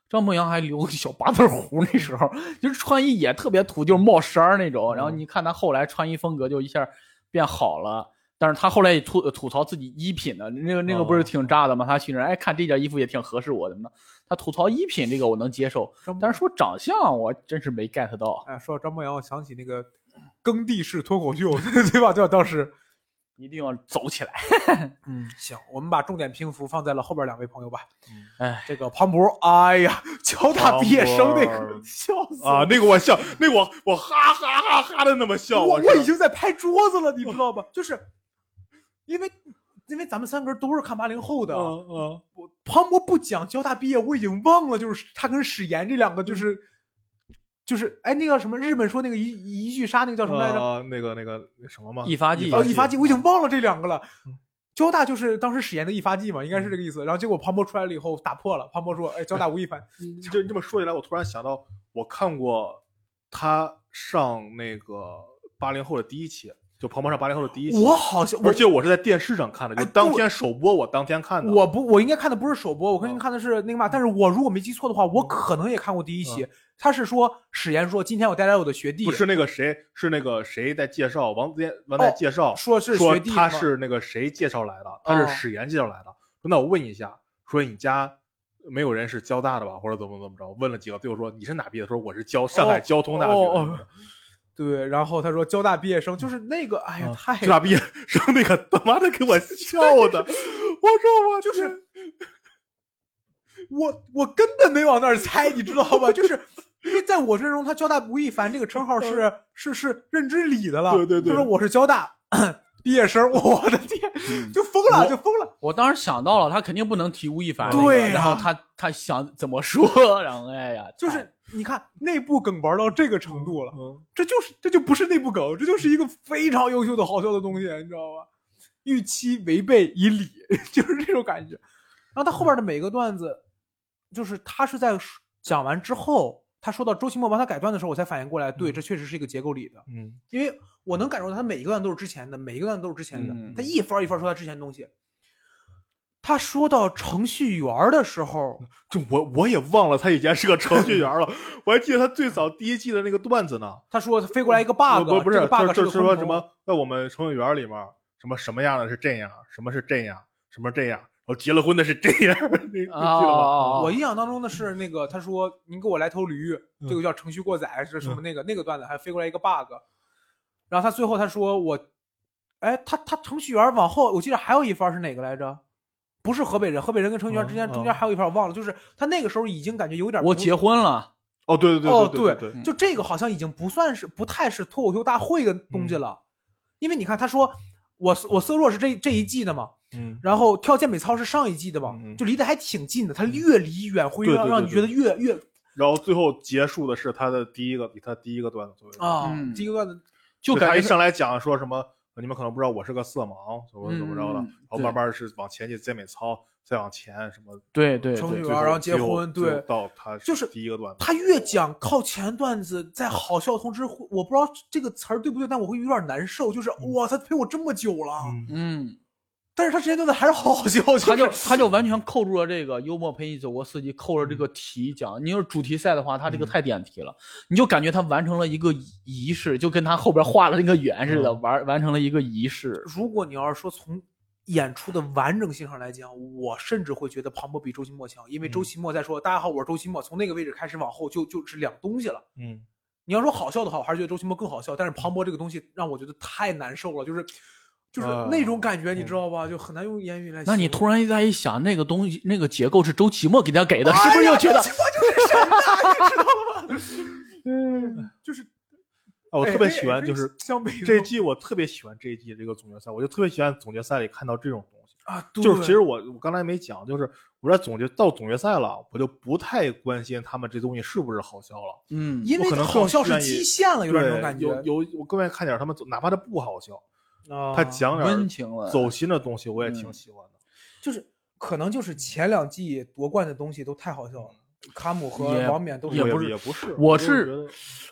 B: 张博洋还留个小八字胡，那时候就是穿衣也特别土，就是冒衫儿那种。
C: 嗯
B: 然后你看他后来穿衣风格就一下变好了。但是他后来也吐吐槽自己衣品的，那个那个不
C: 哦
B: 是挺炸的吗？他寻人，哎，看这件衣服也挺合适我的呢。他吐槽衣品这个我能接受，
C: 张
B: 但是说长相我真是没 get 到。
C: 哎，说到张博洋，我想起那个耕地式脱口秀， 对吧？对吧？当时，
B: 一定要走起来。
C: 嗯，行，我们把重点篇幅放在了后边两位朋友吧。
B: 哎，
C: 这个庞博，哎呀，交大毕业生那
A: 庞
C: 个
A: 博，
C: 笑死
A: 啊，
C: 我！
A: 那个我笑，那个我我哈哈哈哈的那么笑，我
C: 我我已
A: 是
C: 经在拍桌 子了，你知道吧？就是因为因为咱们三个人都是看八零后的，
A: 嗯嗯，
C: 我庞博不讲交大毕业，我已经忘了，就是他跟史岩这两个
A: 嗯
C: 就是。就是哎，那个什么，日本说那个一一句杀那个叫什么来着？
A: 啊那个那个那什么嘛，
B: 一发剂
C: 哦，
B: 啊
C: 一发剂，我已经忘了这两个了
A: 嗯。
C: 交大就是当时史岩的一发剂嘛，应该是这个意思。然后结果庞博出来了以后打破了，庞博说：“哎，交大吴 亦凡，
A: 你就你这么说起来，我突然想到，我看过他上那个八零后的第一期，就庞庞上八零后的第一期，
C: 我好像我
A: 而且我是在电视上看的，
C: 哎
A: 就当
C: 对
A: 天首播，我当天看的。
C: 我不我应该看的不是首播，我跟
A: 嗯
C: 您看的是那个嘛。但是我如果没记错的话，我可能也看过第一期。他是说史岩说今天我带来我的学弟，
A: 嗯不是那个谁，是那个谁在介绍王自健，王在介绍、
C: 哦说是
A: 说
C: 学弟
A: 他
C: 吗
A: 是那个谁介绍来的，他是
C: 哦
A: 史岩介绍来的。说那我问一下，说你家没有人是交大的吧，或者怎么怎么着？问了几个，最后说你是哪毕业的？说我是交上海
C: 哦
A: 交通大学
C: 哦哦
A: 的，
C: 对。然后他说交大毕业生就是那个，哎呀
A: 啊，
C: 太
A: 交大毕业生那个他妈的给我笑的，我说我
C: 就是 我我根本没往那儿猜，你知道吧？就是因为在我阵中，他交大吴亦凡这个称号是是是认知里的了。
A: 嗯对对对
C: 他说我是交大毕业生，我的天，
A: 嗯
C: 就疯了，
B: 我
C: 就疯了。
B: 我当时想到了，他肯定不能提吴亦凡那个、
C: 对呀
B: 然后他他想怎么说，然后哎呀，
C: 就是你看内部梗玩到这个程度了，
A: 嗯，
C: 这就是这就不是内部梗，这就是一个非常优秀的好笑的东西，你知道吧？预期违背以理， 就是这种感觉。然后他后边的每个段子，就是他是在说讲完之后，他说到周奇墨帮他改段的时候，我才反应过来，对，
A: 嗯
C: 这确实是一个结构里的，
A: 嗯，
C: 因为我能感受到他每一个段都是之前的，每一个段都是之前的，
B: 嗯
C: 他一番一番说他之前的东西。他说到程序员儿的时候，
A: 就我我也忘了他以前是个程序员了，我还记得他最早第一季的那个段子呢。
C: 他说他飞过来一个 bug，
A: 呃不不
C: 这
A: 是，
C: 个 bug
A: 就是是
C: 个
A: 说
C: 空
A: 什
C: 投
A: 么，在我们程序员里面，什么什么样的是这样，什么是这样，什么是这样，然后结了婚的是这样， 你你记得
B: 啊、
A: 吗？
B: 哦，
C: 我印象当中的是那个，他说您给我来头驴，
A: 嗯
C: 这个叫程序过载还是什么那个、那个段子，还飞过来一个 bug，然后他最后他说我，哎，他他程序员往后，我记得还有一番是哪个来着？不是河北人，河北人跟程序员之间、
A: 嗯
C: 中间还有一番我忘了，就是他那个时候已经感觉有点
B: 我
C: 不
B: 结婚了，
A: 哦，对对
C: 哦
A: 对对
C: 就这个好像已经不算是不太是脱口秀大会的东
A: 嗯
C: 西了，因为你看他说我我色弱是这这一季的嘛，
A: 嗯，
C: 然后跳健美操是上一季的嘛，
A: 嗯嗯
C: 就离得还挺近的，他越离远会
A: 对
C: 让
A: 对
C: 让
A: 对
C: 你觉得越越
A: 然后最后结束的是他的第一个，比他第一个段子最为
C: 啊
B: 嗯，
C: 第一个段子
B: 就
A: 他
B: 感
A: 一
B: 觉
A: 上来讲说什么，你们可能不知道我是个色盲，怎么怎么着的，
B: 嗯
A: 然后慢慢是往前去健美操，再往前什么
B: 对对
C: 程序员
B: 对
A: 最后，
C: 然后结
A: 最后
C: 婚
A: 最后
C: 对
A: 到他
C: 就是
A: 第一个段子，
C: 他越讲靠前段子，在好笑同时，我不知道这个词儿对不对，但我会有点难受，就是哇，他陪我这么久了，
A: 嗯
B: 嗯，
C: 但是他之前段子还是好好笑，
B: 他就是他就完全扣住了这个幽默陪你走过四季，扣着这个题讲。你要是主题赛的话，他这个
A: 嗯
B: 太点题了，你就感觉他完成了一个仪式，就跟他后边画了那个圆似的，
A: 嗯
B: 完完成了一个仪式。
C: 如果你要是说从演出的完整性上来讲，我甚至会觉得庞博比周奇墨强，因为周
A: 嗯
C: 奇墨在说“大家好，我是周奇墨”，从那个位置开始往后就就是两东西了。
A: 嗯，
C: 你要说好笑的话，我还是觉得周奇墨更好笑，但是庞博这个东西让我觉得太难受了，就是就是
A: 啊
C: 那种感觉，你
A: 嗯
C: 知道吧？就很难用言语来形容。
B: 那你突然再一想，那个东西，那个结构是周奇墨给他给的，
C: 哎呀
B: 是不是又觉得
C: 周奇墨就是神呐，你知道吗？嗯，就是
A: 啊
C: 哎
A: 我特别喜欢就是
C: 相比
A: 这一季我特别喜欢这一季这个总决赛，我就特别喜欢总决赛里看到这种东西。
C: 啊，
A: 就是
C: 对
A: 其实我我刚才没讲，就是我在总决到总决赛了，我就不太关心他们这东西是不是好笑了。
B: 嗯，
C: 因为
A: 我可能
C: 好
A: 更
C: 笑是
A: 愿意
C: 极限了，有点那种
A: 对
C: 感觉。
A: 有有我更愿意看点他们走，哪怕他不好笑，
C: 啊
A: 他讲点
B: 温
A: 儿
B: 情了，
A: 走心的东西，我也挺喜欢的。
C: 就是可能就是前两季夺冠的东西都太好笑了，卡姆和
B: 也
C: 王冕都
A: 也
B: 不是
A: 也不是，
B: 我
A: 就是觉得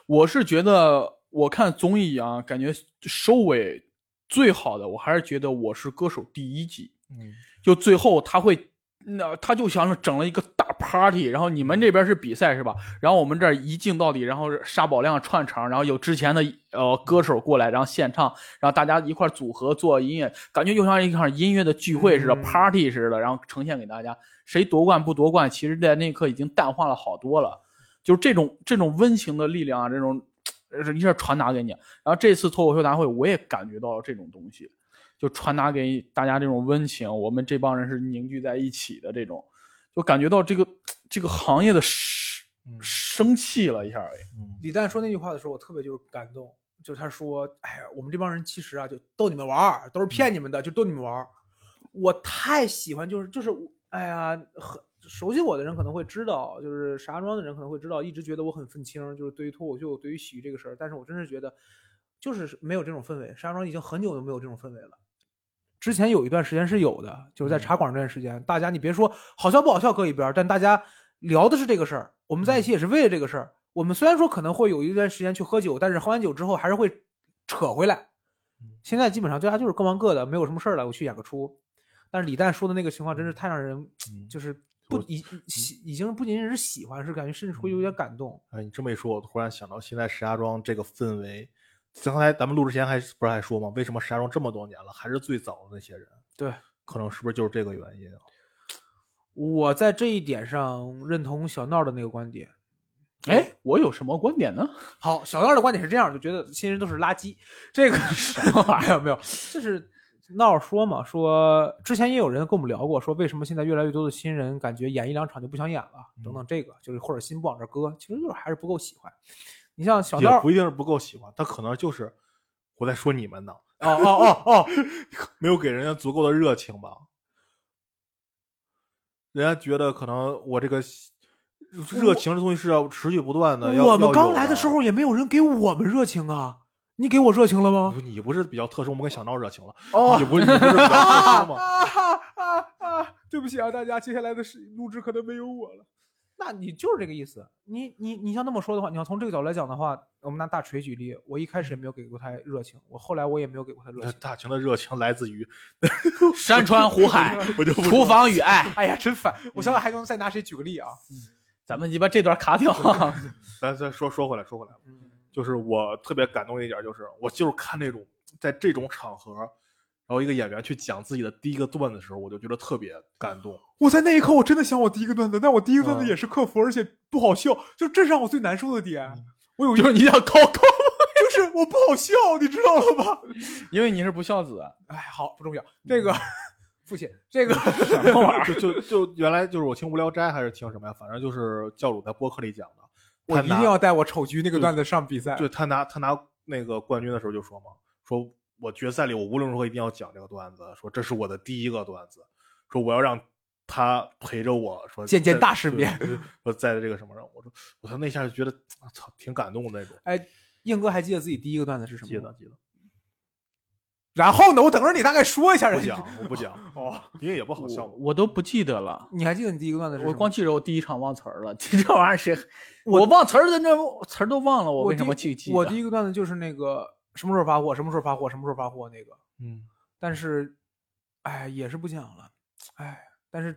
B: 我是觉得我看综艺啊，感觉收尾最好的，我还是觉得《我是歌手》第一季，
A: 嗯，
B: 就最后他会，那他就想整了一个大 party，然后你们这边是比赛是吧？然后我们这儿一镜到底，然后是沙宝亮串场，然后有之前的呃歌手过来，然后现唱，然后大家一块儿组合做音乐，感觉就像一场音乐的聚会似的、
C: 嗯
B: party 似的，然后呈现给大家。谁夺冠不夺冠，其实在那一刻已经淡化了好多了。就是这种这种温情的力量啊，这种呃一下传达给你。然后这次脱口秀大会，我也感觉到了这种东西，就传达给大家这种温情，我们这帮人是凝聚在一起的这种，就感觉到这个这个行业的生
A: 嗯
B: 生气了一下。哎
A: 嗯
C: 李诞说那句话的时候，我特别就感动，就是他说：“哎呀，我们这帮人其实啊，就逗你们玩儿，都是骗你们的，就逗你们玩儿。”我太喜欢，就是就是我，哎呀，很熟悉我的人可能会知道，就是石家庄的人可能会知道，一直觉得我很愤青，就是对于脱口秀、对于喜剧这个事儿，但是我真是觉得，就是没有这种氛围，石家庄已经很久都没有这种氛围了。之前有一段时间是有的，就是在茶馆这段时间，大家你别说好笑不好笑搁一边儿，但大家聊的是这个事儿，我们在一起也是为了这个事儿。我们虽然说可能会有一段时间去喝酒，但是喝完酒之后还是会扯回来。现在基本上大家就是各忙各的，没有什么事儿了，我去演个出。但是李诞说的那个情况真是太让人
A: 嗯
C: 就是不嗯
A: 我
C: 已喜，已经不仅仅是喜欢，是感觉甚至会有点感动。
A: 哎，你这么一说，我突然想到，现在石家庄这个氛围，刚才咱们录之前还不是还说吗？为什么石家庄这么多年了，还是最早的那些人？
C: 对，
A: 可能是不是就是这个原因啊？
C: 我在这一点上认同小闹的那个观点。
B: 哎，我有什么观点呢？
C: 好，小闹的观点是这样，就觉得新人都是垃圾，这个什么玩意儿没有？ 就是闹儿说嘛，说之前也有人跟我们聊过，说为什么现在越来越多的新人感觉演一两场就不想演了，
A: 嗯
C: 等等，这个就是或者心不往这儿搁，其实就是还是不够喜欢。你像小闹
A: 也
C: 儿，
A: 不一定是不够喜欢，他可能就是我在说你们呢，
C: 哦哦哦哦，
A: 没有给人家足够的热情吧？人家觉得可能我这个喜热情这东西是要持续不断的。要
C: 我们
A: 要
C: 刚
A: 有啊
C: 来的时候也没有人给我们热情啊，你给我热情了吗
A: 不？是，你不是比较特殊，我们跟小闹热情了，
C: 哦
A: 你不是你不是比较特殊吗？
C: 啊啊啊！对不起啊，大家，接下来的是录制可能没有我了。那你就是这个意思。你你你像那么说的话，你要从这个角度来讲的话，我们拿大锤举例，我一开始也没有给过他热情，我后来我也没有给过他热
A: 那
C: 情。
A: 呃大晴的热情来自于
B: 山川湖海，
A: 我就不
B: 厨房与爱。
C: 哎呀，真烦！我想想还能再拿谁举个例啊？
B: 咱们鸡巴这段卡掉。啊
A: 咱再说说回来，说回来，
C: 嗯，
A: 就是我特别感动的一点，就是我就是看那种在这种场合，然后一个演员去讲自己的第一个段子的时候，我就觉得特别感 动。
C: 我在那一刻我真的想我第一个段子，但我第一个段子
A: 嗯
C: 也是客服，而且不好笑，就这是让我最难受的点。我有一
B: 就是你想高高，
C: 就是我不好笑，你知道了吧？
B: 因为你是不孝子。
C: 哎，好，不重要。这个 父亲，这 个
A: 就就就原来就是我听《无聊斋》还是听什么呀，反正就是教主在播客里讲的，
C: 我
A: 他
C: 一
A: 拿
C: 定要带我丑菊那个段子上比赛。
A: 嗯对他拿他拿那个冠军的时候就说嘛，说我决赛里我无论如何一定要讲这个段子，说这是我的第一个段子，说我要让他陪着我说
C: 见见
A: 在
C: 大世面，
A: 对对我在这个什么上，我说我说那一下就觉得啊操挺感动的那种，
C: 哎，硬哥还记得自己第一个段子是什么
A: 记
C: 吗？
A: 得记得，
C: 然后呢，我等着你大概说一下。
A: 不讲我不讲，
C: 哦，
A: 因为也不好
B: 我
A: 笑嘛，
B: 我都不记得了。
C: 你还记得你第一个段子是什么？
B: 我光记着我第一场忘词儿了， 这玩意儿谁？我忘词儿的那词儿都忘了，我
C: 我
B: 为
C: 第
B: 什么记记得？
C: 我第一个段子就是那个什么时候发货，什么时候发货，什么时候发货那个。
A: 嗯，
C: 但是，哎，也是不讲了，哎，但是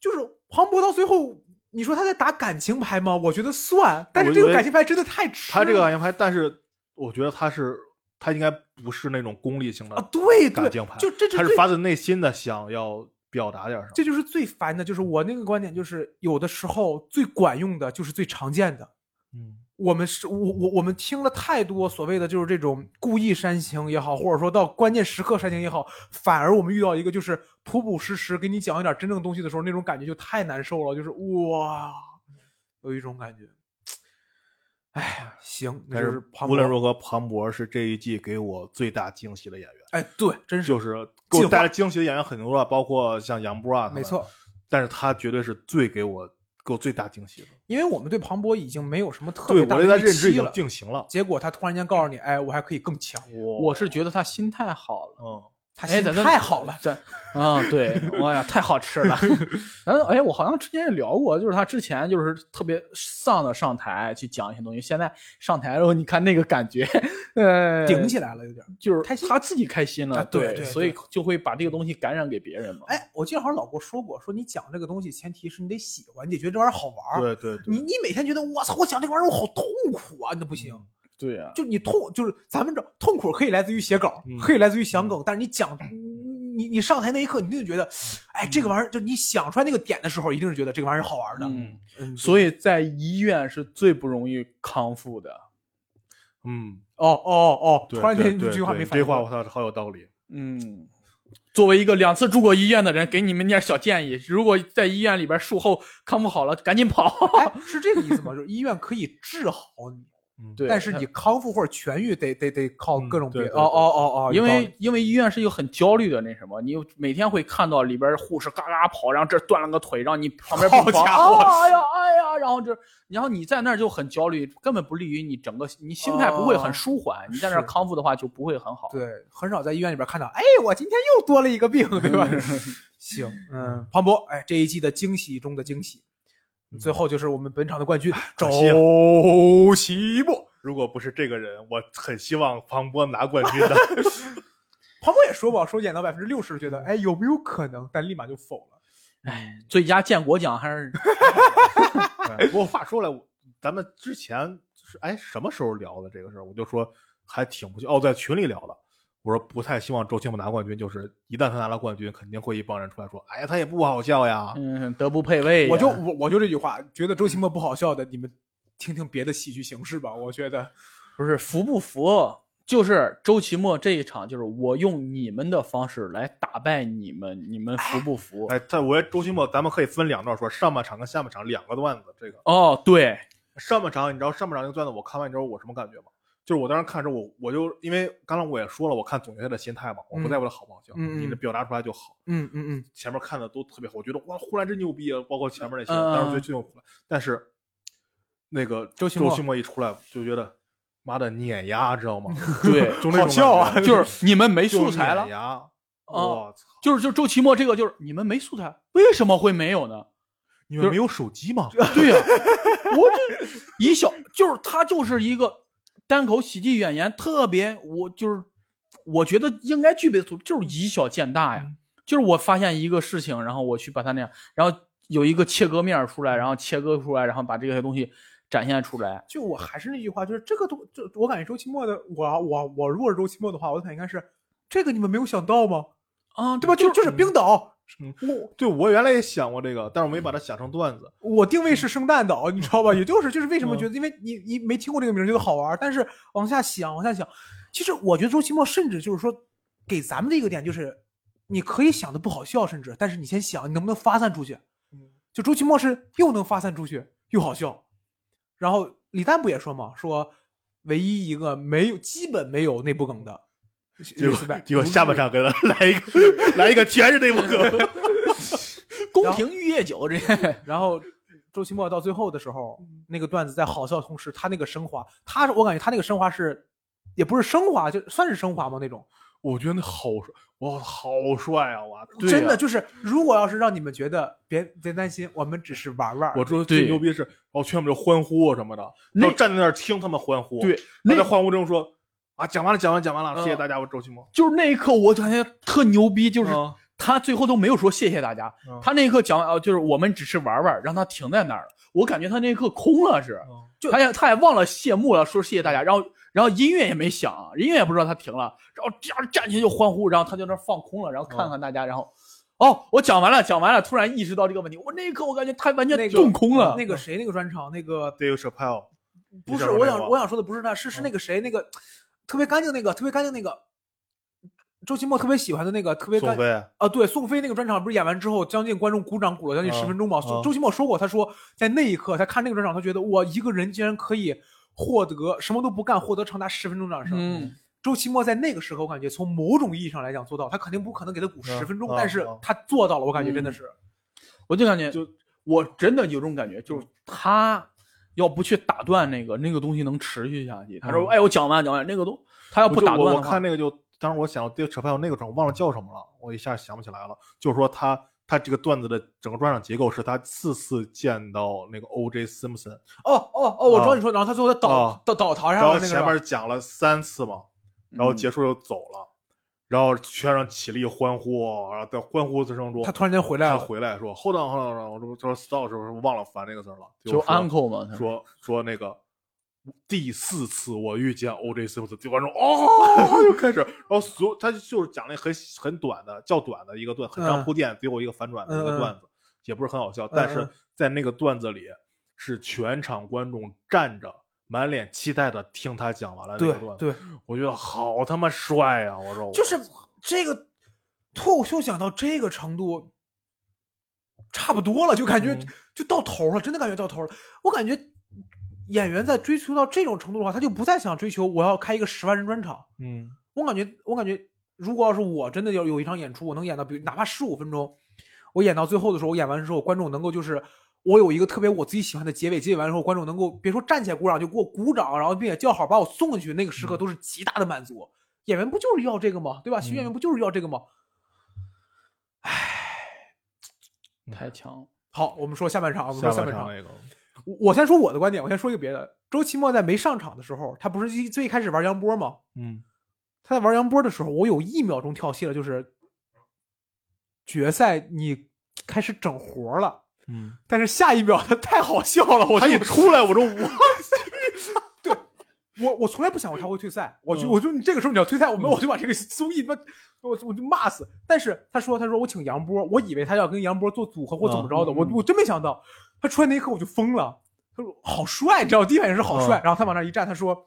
C: 就是庞博到最后，你说他在打感情牌吗？我觉得算，但是
A: 我
C: 这
A: 以
C: 个
A: 为
C: 感情牌真的太吃
A: 他这个
C: 了
A: 感情牌，但是我觉得他是他应该不是那种功利性的
C: 啊，对对
A: 感，情牌，
C: 就这就
A: 他
C: 最
A: 是发自内心的想要表达点儿什么，
C: 这就是最烦的，就是我那个观点，就是有的时候最管用的就是最常见的。
A: 嗯
C: 我们是我我我们听了太多所谓的就是这种故意煽情也好，或者说到关键时刻煽情也好，反而我们遇到一个就是朴朴实实给你讲一点真正东西的时候，那种感觉就太难受了，就是哇，有一种感觉。哎呀，行，那
A: 但
C: 就是庞
A: 无论
C: 博
A: 如何，庞博是这一季给我最大惊喜的演员，
C: 哎，对，真是
A: 就是给我
C: 进化
A: 带来惊喜的演员很多啊，包括像杨波啊，
C: 没错，，
A: 但是他绝对是最给我给我最大惊喜的，
C: 因为我们对庞博已经没有什么特
A: 对
C: 别
A: 我
C: 大
A: 对他
C: 的预
A: 认知已
C: 期
A: 经
C: 了，
A: 定型了，
C: 结果他突然间告诉你，哎，我还可以更强。
A: 我
B: 我是觉得他心态好了，
A: 嗯，
C: 他
B: 哎，
C: 心
B: 咱咱
C: 太好了，，
B: 咱啊、对，哎呀，太好吃 了。然后哎，我好像之前也聊过，就是他之前就是特别丧的上台去讲一些东西，现在上台的时候，你看那个感觉，呃，
C: 顶起来了有点。
B: 就是
C: 开心
B: 他自己开心了，
C: 啊对对
B: 所以
C: 对
B: 就会把这个东西感染给别人嘛。
C: 哎，我记得好像老郭说过，说你讲这个东西，前提是你得喜欢，你得觉得这玩意儿好玩儿。
A: 对对对
C: 你你每天觉得我操，我讲这个玩意儿我好痛苦啊，那不行。
B: 嗯对啊呀、
C: 就你痛，就是咱们这痛苦可以来自于写稿，
A: 嗯
C: 可以来自于想梗，但是你讲，
B: 嗯
C: 你你上台那一刻，你就觉得，哎，这个玩意儿，就你想出来那个点的时候，一定是觉得这个玩意儿好玩的。
B: 嗯，
C: 嗯
B: 所以在医院是最不容易康复的。
A: 嗯，
C: 哦哦哦，
A: 对
C: 突然
A: 对
C: 间
A: 对
C: 这句话
A: 对你
C: 没反
A: 这
C: 应
A: 话
C: 过
A: 我
C: 来，
A: 操，好有道理。
B: 嗯，作为一个两次住过医院的人，给你们点小建议：如果在医院里边术后康复好了，赶紧跑。
C: 哎，是这个意思吗？就是医院可以治好你，
A: 嗯，
B: 对，
C: 但是你康复或者痊愈得得得靠各种
A: 嗯
C: 别
A: 对
C: 的。
A: 对
C: 哦哦哦哦，
B: 因
C: 有道理
B: 为因为医院是一个很焦虑的那什么，你每天会看到里边护士嘎嘎跑，然后这儿断了个腿，然后你旁边病
C: 好
B: 房
C: 家伙
B: 啊哎呀哎呀，然后这然后你在那儿就很焦虑，根本不利于你整个你心态不会很舒缓，你在那
C: 哦
B: 儿
C: 是
B: 康复的话就不会很好。
C: 对，很少在医院里边看到，哎，我今天又多了一个病，对
B: 嗯
C: 吧？ 行，嗯，庞博，哎，这一季的惊喜中的惊喜，最后就是我们本场的冠军周
A: 可惜啊
C: 奇墨。
A: 如果不是这个人，我很希望庞博拿冠 军的。
C: 庞博也说过，说演到百分之六十，觉得哎有没有可能，但立马就否了。
B: 哎，最佳建国奖还是
A: 哎不过话说来，我咱们之前是哎什么时候聊的这个事儿？我就说还挺不哦，在群里聊的。我说不太希望周清墨拿冠军，就是一旦他拿了冠军，肯定会一帮人出来说：“哎呀，他也不好笑呀。
B: 嗯德不配位呀。
C: 我就我我就这句话，觉得周奇墨不好笑的，你们听听别的喜剧形式吧。我觉得
B: 不是服不服，就是周奇墨这一场，就是我用你们的方式来打败你们，你们服不服？
A: 哎，但我觉得周清墨，咱们可以分两段说，上半场跟下半场两个段子。这个
B: 哦，对，
A: 上半场，你知道上半场那个段子，我看完之后我什么感觉吗？就是我当时看的时候，我我就因为刚才我也说了，我看总决赛的心态嘛，我不在乎他好不好笑，
C: 嗯嗯
A: 你的表达出来就好。
C: 嗯嗯嗯，
A: 前面看的都特别好，我觉得哇，呼兰真牛逼啊！包括前面那些，
B: 嗯
A: 当时觉得这种，但是那个
C: 周奇
A: 奇
C: 墨
A: 墨一出来就觉得，妈的碾压，知道 吗？
B: 对，
A: 就那种
C: 好笑啊
A: 感觉
B: 就是你们没素
A: 就
B: 材了
A: 碾，压，我操！
B: 就是就周奇墨这个就是你们没素材，为什么会没有呢？
A: 你们没有手机吗？
B: 对呀、我这一小就是他就是一个单口喜剧演员，特别我就是我觉得应该具备的素质就是以小见大呀。就是我发现一个事情，然后我去把它那样，然后有一个切割面儿出来，然后切割出来，然后把这些东西展现出来。
C: 就我还是那句话，就是这个东，就我感觉周奇墨的，我啊我我如果是周奇墨的话，我的反应应该是这个你们没有想到吗？
B: 啊，
C: 对吧？就就是冰岛，
A: 对，我原来也想过这个，但是我没把它想成段子。
C: 我定位是圣诞
A: 嗯
C: 岛，你知道吧？也就是就是为什么觉得，因为你你没听过这个名儿觉得好玩儿，但是往下想往下想，其实我觉得周奇墨甚至就是说给咱们的一个点就是，你可以想的不好笑，甚至但是你先想你能不能发散出去。
A: 嗯
C: 就周奇墨是又能发散出去又好笑，然后李诞不也说嘛，说唯一一个没有基本没有内部梗的，
A: 结
C: 李
A: 果
C: 斯拜
A: 结果下半场给他来一个 来一个全是内幕梗，
B: 宫廷玉液酒这
C: 然后周奇墨到最后的时候，
A: 嗯
C: 那个段子在好笑的同时，他那个升华，他是我感觉他那个升华是，也不是升华，就算是升华吗？那种
A: 我觉得那好帅，哇，好帅啊！哇，对
C: 真
A: 啊
C: 的就是，如果要是让你们觉得别别担心，我们只是玩玩儿，
A: 我知道最
B: 对
A: 牛逼是，然后全部就欢呼啊什么的，
B: 那
A: 然后站在那儿听他们欢呼，
B: 对，
A: 他在
B: 那
A: 欢呼中说啊，讲完了，讲完了，讲完了，谢谢
B: 嗯
A: 大家，我是周奇墨，
B: 就是那一刻我感觉特牛逼，就是
A: 嗯
B: 他最后都没有说谢谢大家，
A: 嗯
B: 他那一刻讲啊，就是我们只是玩玩，让他停在那儿了。我感觉他那一刻空了是，
A: 嗯
C: 就
B: 他也他也忘了谢幕了，说谢谢大家，然后然后音乐也没响，音乐也不知道他停了，然后这样站起来就欢呼，然后他就那儿放空了，然后看看大家，然后哦，我讲完了，讲完了，突然意识到这个问题，我那一刻我感觉他完
C: 那
B: 全
C: 个
B: 顿空了，
C: 那个谁那个专场那个
A: 这个是 p a
C: 不
A: 你
C: 是，
A: 想说
C: 我
A: 那
C: 想
A: 个嗯吗
C: 我想说的不是那，是是那个谁那个特别干净那个特别干净那个周奇墨特别喜欢的那个特别
A: 宋
C: 干
A: 飞，
C: 啊，对，宋飞那个专场不是演完之后，将近观众鼓掌鼓了将近
A: 啊
C: 十分钟吗？
A: 啊
C: 周奇墨说过，他说在那一刻他看那个专场，他觉得哇，一个人竟然可以获得什么都不干，获得长达十分钟掌声。
B: 嗯，
C: 周奇墨在那个时刻，我感觉从某种意义上来讲做到，他肯定不可能给他鼓
A: 啊
C: 十分钟，
A: 啊
C: 但是
A: 啊
C: 他做到了，我感觉真的
B: 嗯
C: 是。
B: 我就感觉就我真的有种感觉，
A: 嗯
B: 就是他要不去打断那个那个东西能持续下去。他说：“
A: 嗯
B: 哎，我讲完讲完那个东，他要不
A: 就
B: 打
A: 我
B: 断
A: 我
B: 的话
A: 看，那个就当时我想到这个扯派有那个梗，我忘了叫什么了，我一下想不起来了。就是说他他这个段子的整个专场结构是他四次见到那个 O.J. Simpson，
C: 哦哦哦，我知道
A: 啊
C: 你说，然后他最后他倒、
A: 啊
C: 倒倒台
A: 然
C: 上了
A: 后
C: 那个是吧
A: 前面讲了三次嘛，然后
B: 嗯
A: 结束又走了，然后全场起立欢呼，然后在欢呼之声中，
C: 他突然间回来
A: 他
C: 了，
A: 回来说：“Hold on, hold on，我这不说 stop 是不是忘了烦这个字儿了？”
B: 就
A: 说
B: uncle 嘛，他
A: 说说那个第四次我遇见 O.J. Simpson，这观 众哦又开始，然后所有他就是讲了一个很很短的较短的一个段，很长
C: 嗯
A: 铺垫，最后一个反转的一
C: 嗯嗯
A: 个段子，也不是很好笑，但
C: 嗯
A: 是
C: 嗯
A: 在那个段子里是全场观众站着。满脸期待的听他讲完了那
C: 对
A: 个段子，
C: 对，
A: 我觉得好他妈帅啊！我说我
C: 就是这个脱口秀讲到这个程度，差不多了，就感觉、
A: 嗯
C: 就到头了，真的感觉到头了。我感觉演员在追求到这种程度的话，他就不再想追求我要开一个十万人专场。
A: 嗯，
C: 我感觉，我感觉，如果要是我真的要有一场演出，我能演到，比如哪怕十五分钟，我演到最后的时候，我演完之后，观众能够就是我有一个特别我自己喜欢的结尾，结尾完之后，观众能够别说站起来鼓掌，就给我鼓掌，然后并且叫好把我送进去，那个时
A: 嗯
C: 刻都是极大的满足。演员不就是要这个吗？对吧？喜剧演
A: 嗯
C: 员不就是要这个吗？
B: 太强了。
C: 好，我们说下半场，我们
A: 下
C: 说下
A: 半
C: 场。
A: 那个，
C: 我我先说我的观点，我先说一个别的。周奇墨在没上场的时候，他不是一最开始玩杨波吗？
A: 嗯
C: 他在玩杨波的时候，我有一秒钟跳戏了，就是决赛你开始整活了，
A: 嗯，
C: 但是下一秒 他太好笑了，我
A: 他
C: 就
A: 一出来我就我
C: 我我从来不想过他会退赛，我就
A: 嗯
C: 我就你这个时候你要退赛，我们我就把这个综艺他妈我我就骂死。但是他说他说我请杨波，我以为他要跟杨波做组合或怎么着的，
A: 嗯
C: 我我真没想到，他出来那一刻我就疯了，他说好帅，你知道第一反应是好帅，
A: 嗯
C: 然后他往那一站，他说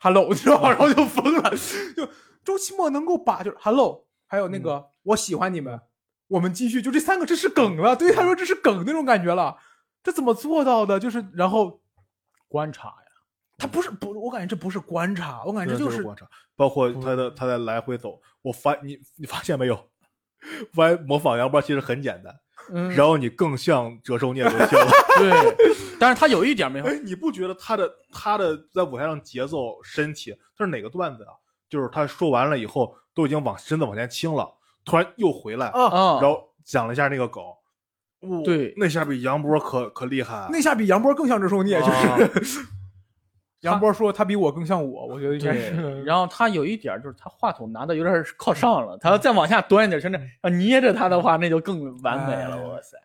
C: hello，你 知道吗？然后就疯了，就周奇墨能够把就是 hello，还有那
A: 嗯
C: 个、我喜欢你们，我们继续，就这三个这是梗了，对于他说这是梗那种感觉了，这怎么做到的？就是然后。
B: 观察呀，
C: 他不是不，我感觉这不是观察，我感觉
A: 对
C: 这就
A: 这
C: 是
A: 观察，包括
B: 嗯
A: 他的他在来回走。我发你你发现没有？玩模仿杨波其实很简单，
B: 嗯，
A: 然后你更像折寿聂 流星。
B: 对，但是他有一 点没法，
A: 哎，你不觉得他的他的在舞台上节奏身体，他是哪个段子啊？就是他说完了以后，都已经往身子往前倾了，突然又回来，
C: 啊，
B: 嗯，
A: 然后讲了一下那个梗。哇
B: 对
A: 那下比杨波可可厉害。啊
C: 那下比杨波更像折寿聂，
A: 哦
C: 就是 杨波说他比我更像我，我觉得应该
B: 对，
C: 是。
B: 然后他有一点儿就是他话筒拿的有点儿靠上了，他要再往下端一点儿，真的
A: 嗯
B: 要捏着他的话，那就更完美了。
C: 哎
B: 哇塞！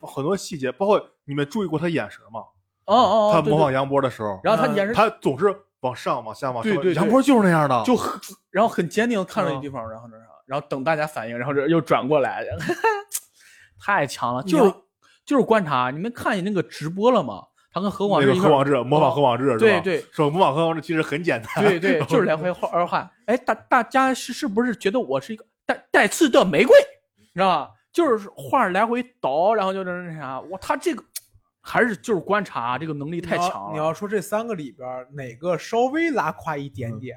A: 很多细节，包括你们注意过他眼神吗？
B: 哦哦，哦
A: 他
B: 对
A: 模
B: 对
A: 仿杨波的时候，
B: 然后他眼神，
A: 他总是往上、往下、往上。
B: 对对对
A: 杨波就是那样的，
B: 就很，然后很坚定的看着一个地方，然后那啥，然后等大家反应，然后这又转过来， 太强了，
C: 你
B: 就是
C: 要
B: 就是观察。你们看那个直播了吗？他跟何广
A: 那
B: 智
A: 个
B: 一
A: 何
B: 块儿，嗯
A: 广智模仿何广智是吧？
B: 对对，
A: 说模仿何广智其实很简 单。
B: 对对，就是来回换二换。哎，大大家是是不是觉得我是一个带带刺的玫瑰？你知道吧？就是画来回倒，然后就是那啥，我他这个还是就是观察啊这个能力太强了。
C: 你要。你要说这三个里边儿哪个稍微拉胯一点点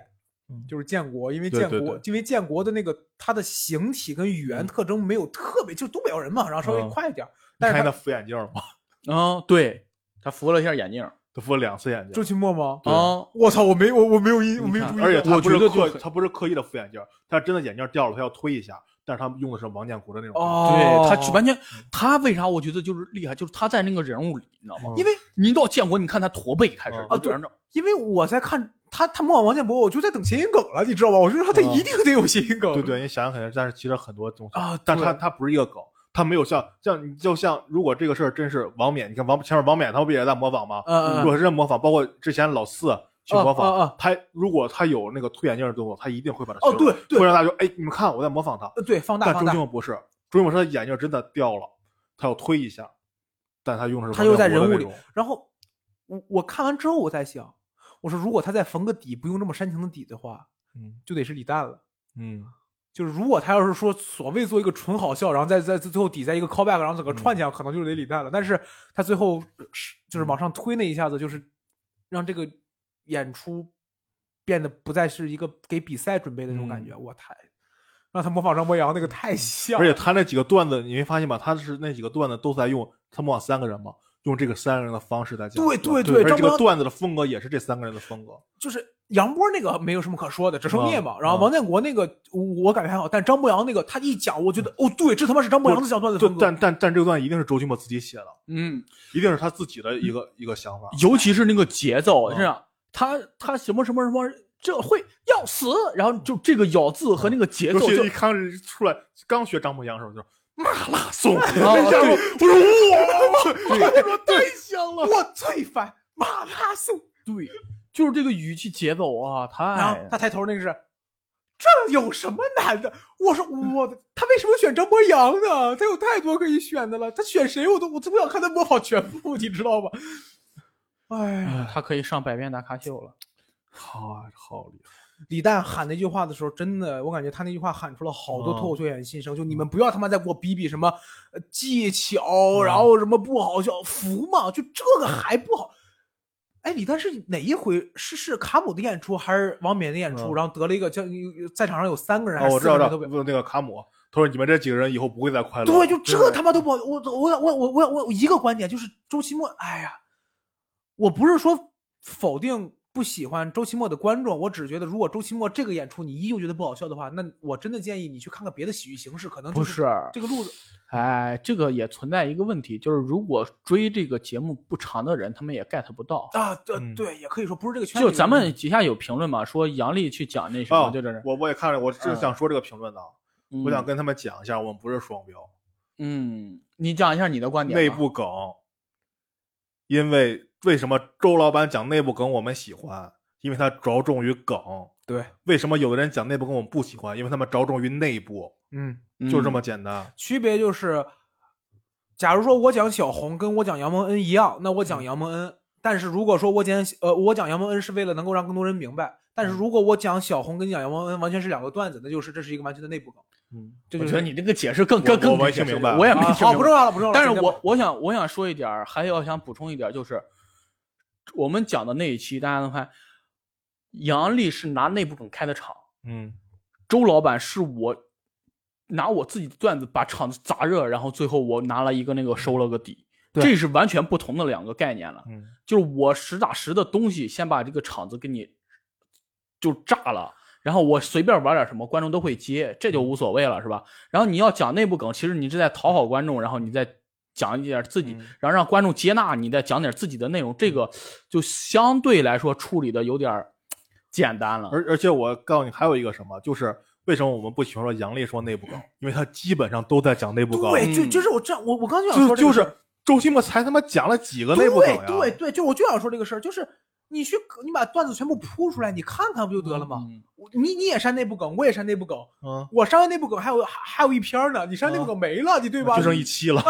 A: 嗯嗯，
C: 就是建国，因为
A: 对
C: 建
A: 对
C: 国
A: 对，
C: 因为建国的那个他的形体跟语言
A: 嗯
C: 特征没有特别，就是东北人嘛，然后稍微
A: 嗯
C: 快一点儿。
A: 你
C: 但是
A: 看
C: 他
A: 他扶眼镜吗？
B: 嗯，对，他扶了一下眼镜。
A: 他扶了两次眼
C: 周
A: 镜，
C: 奇墨吗？哦
A: 对
B: 啊，
C: 我操，我没我我没有印，我没
B: 你看
C: 注意
A: 而且
C: 到。
A: 他
B: 我
A: 不
B: 觉
A: 是
B: 得就
A: 刻
B: 很
A: 他不是刻意的扶眼镜，他真的眼镜掉了，他要推一下，但是他用的是王建国的那种。
C: 哦，
B: 对他完全，他为啥我觉得就是厉害，就是他在那个人物里，你知道吗？
A: 嗯
C: 因为
B: 你一到建国，你看他驼背开始
A: 嗯
B: 就
C: 啊对
B: 这样着
C: 因为我在看他，他模仿王建博，我就在等谐音梗了，你知道吧？我就说他
A: 啊
C: 一定得有谐音梗。
A: 对对，你想想肯定，但是其实很多东
B: 哦
A: 西
C: 啊
A: 但是他
C: 对
A: 他不是一个梗，他没有像像你就像如果这个事儿真是王冕，你看王前面王冕他不也在模仿吗？
C: 嗯，
A: 如
C: 嗯
A: 果是真模仿，包括之前老四去
C: 啊
A: 模
C: 啊
A: 仿
C: 啊，
A: 他如果他有那个推眼镜的动作，他一定会把它
C: 哦
A: 学会
C: 对对
A: 会让大家就哎，你们看我在模仿他，
C: 呃对，放大
A: 但
C: 放
A: 周
C: 大
A: 静，不是，周静是他的眼镜真的掉了，他要推一下，但他用的是
C: 他又在
A: 王建国
C: 人
A: 的那
C: 物里
A: 种。
C: 然后我我看完之后，我在想，我说如果他再缝个底，不用这么煽情的底的话，
A: 嗯
C: 就得是李诞了。
A: 嗯，
C: 就是如果他要是说所谓做一个纯好笑，然后再再最后底在一个 callback，然后整个串起来，可能就是得李诞了。但是他最后是就是往上推那一下子，就是让这个演出变得不再是一个给比赛准备的那种感觉。我太让他模仿张博洋那个太像
A: 而
C: 了，
A: 且他那几个段子，你没发现吗？他是那几个段子都在用他模仿三个人嘛，用这个三个人的方式在讲。
C: 对对
A: 对而
C: 对
A: 且
C: 张
A: 这个
C: 博洋
A: 段子的风格也是这三个人的风格。
C: 就是杨波那个没有什么可说的，只受虐嘛。
A: 啊
C: 然后王建国那个我我感觉还好，但张博洋那个他一讲，我觉得哦，对，这他妈是张博洋的小段子
A: 就
C: 风格。
A: 但但但这个段一定是周奇墨自己写的，
B: 嗯，
A: 一定是他自己的一个一个想法。
B: 尤其是那个节奏，
A: 嗯
B: 是啊他他什么什么什么，这会要死，然后就这个咬字和那个节
A: 尤
B: 奏
A: 其
B: 就。
A: 一看出来刚学张博洋的时候，就是麻辣松，
B: 啊
A: 那家伙，我说哇，我说太香了。
C: 我最烦马拉松。
B: 对，就是这个语气节奏啊，
C: 然后
B: 太
C: 他抬头那个是，这有什么难的？我说我的，他为什么选张博洋呢？他有太多可以选的了，他选谁我都我都不想看他模仿全部，你知道吧？哎呀，
B: 他可以上百变大咖秀了。
A: 好啊，好厉害！
C: 李诞喊那句话的时候，真的，我感觉他那句话喊出了好多
A: 嗯
C: 脱口秀演员心声，就你们不要他妈再给我逼逼什么呃技巧，
A: 嗯
C: 然后什么不好笑，服吗？就这个还不好。哎，李诞是哪一回？是是卡姆的演出还是王冕的演出？
A: 嗯
C: 然后得了一个叫在场上有三个人还
A: 哦，
C: 是
A: 我
C: 四
A: 知道
C: 个
A: 了，
C: 人都被
A: 那个卡姆，他说你们这几个人以后不会再快乐了。
C: 对，就这他妈都不好。我我我我我我一个观点就是周奇墨，哎呀，我不是说否定不喜欢周奇墨的观众，我只是觉得如果周奇墨这个演出你依旧觉得不好笑的话，那我真的建议你去看看别的喜剧形式，可能就
B: 不是，
C: 这个路子。
B: 哎，这个也存在一个问题，就是如果追这个节目不长的人，他们也 get 不到。
C: 啊，对、
A: 嗯
C: 对，也可以说不是这个圈子
B: 就
C: 里的
B: 咱
C: 人
B: 们底下有评论嘛，说杨笠去讲那什
A: 啊
B: 么，，就这人，
A: 我我也看了，我正
B: 嗯
A: 想说这个评论呢，啊
B: 嗯
A: 我想跟他们讲一下，我们不是双标，
B: 嗯，你讲一下你的观点吧。
A: 内部梗。因为为什么周老板讲内部梗我们喜欢？因为他着重于梗。
C: 对，
A: 为什么有的人讲内部梗我们不喜欢？因为他们着重于内部，
C: 嗯，
B: 嗯
A: 就这么简单。
C: 区别就是，假如说我讲小红跟我讲杨蒙恩一样，那我讲杨蒙恩。但是如果说我讲呃我讲杨蒙恩是为了能够让更多人明白，但是如果我讲小红跟讲杨蒙恩完全是两个段子，那就是这是一个完全的内部梗。
A: 嗯，
C: 这
B: 我
C: 就
B: 觉
C: 是
B: 得你这个解释更
A: 我
B: 更更
A: 我没
B: 解
A: 听
B: 释
A: 明白
B: 我也没
C: 啊，
B: 听
C: 好，
B: 明
C: 不
B: 白。
C: 重要了，不重要了。
B: 但是
C: 先这样
B: 我
C: 吧
B: 我想我想说一点儿，还要想补充一点儿，就是我们讲的那一期，大家能看，杨笠是拿内部梗开的场，
A: 嗯，
B: 周老板是我拿我自己的段子把场子砸热，然后最后我拿了一个那个收了个底，
C: 对
B: 这是完全不同的两个概念了。
A: 嗯，
B: 就是我实打实的东西，先把这个场子给你就炸了。然后我随便玩点什么，观众都会接，这就
A: 嗯
B: 无所谓了，是吧？然后你要讲内部梗，其实你是在讨好观众，然后你再讲一点自己，
A: 嗯
B: 然后让观众接纳你，再讲点自己的内容，这个就相对来说处理的有点儿简单了。
A: 而而且我告诉你，还有一个什么，就是为什么我们不喜欢说杨笠说内部梗，因为他基本上都在讲内部梗，
C: 对，就
B: 嗯
C: 就是我这样，我我刚就想
A: 就
C: 说这
A: 就
C: 个事儿，
A: 是周奇墨才他妈讲了几个内部梗呀？
C: 对对对，就我就想说这个事儿，就是你去你把段子全部铺出来，你看看不就得了吗？
B: 嗯
C: 我你你也删内部梗，我也删内部梗，
A: 嗯，
C: 我删完内部梗还有还还有一篇儿呢，你删内部
A: 啊
C: 梗没了，你对吧？
A: 就剩一期了。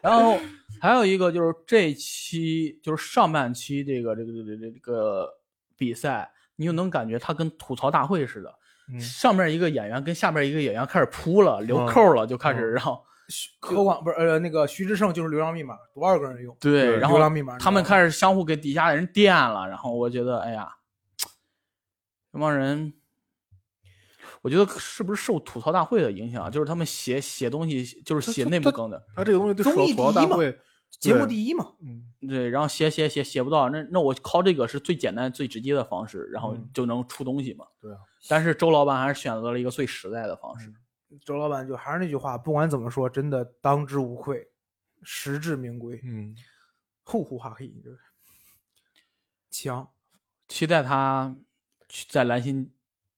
B: 然后还有一个就是这期就是上半期这个这个这个这个比赛，你就能感觉它跟吐槽大会似的，
A: 嗯
B: 上面一个演员跟下面一个演员开始扑了，留扣了，就开
A: 嗯
B: 始让、
C: 何广不是呃那个徐志胜就是流量密码，多少个人用？
B: 对，
A: 对
B: 然
C: 流
B: 后
C: 量密码
B: 他们开始相互给底下的人垫了，然后我觉得哎呀，这帮人。我觉得是不是受吐槽大会的影响？就是他们写写东西，就是写
A: 这
B: 内部
A: 这
B: 梗的，
A: 他这个东西对
C: 综
A: 吐
C: 艺
A: 槽
C: 第
A: 大
C: 一嘛
A: 会，
C: 节目
A: 对
C: 第一嘛，
A: 嗯，
B: 对，然后写写写写不到，那那我靠这个是最简单最直接的方式，然后
A: 嗯
B: 就能出东西嘛。
A: 对啊，嗯
B: 但是周老板还是选择了一个最实在的方式。
C: 周老板就还是那句话，不管怎么说，真的当之无愧，实至名归，
A: 嗯，
C: 后呼哈嘿，就是强。
B: 期待他去在 兰心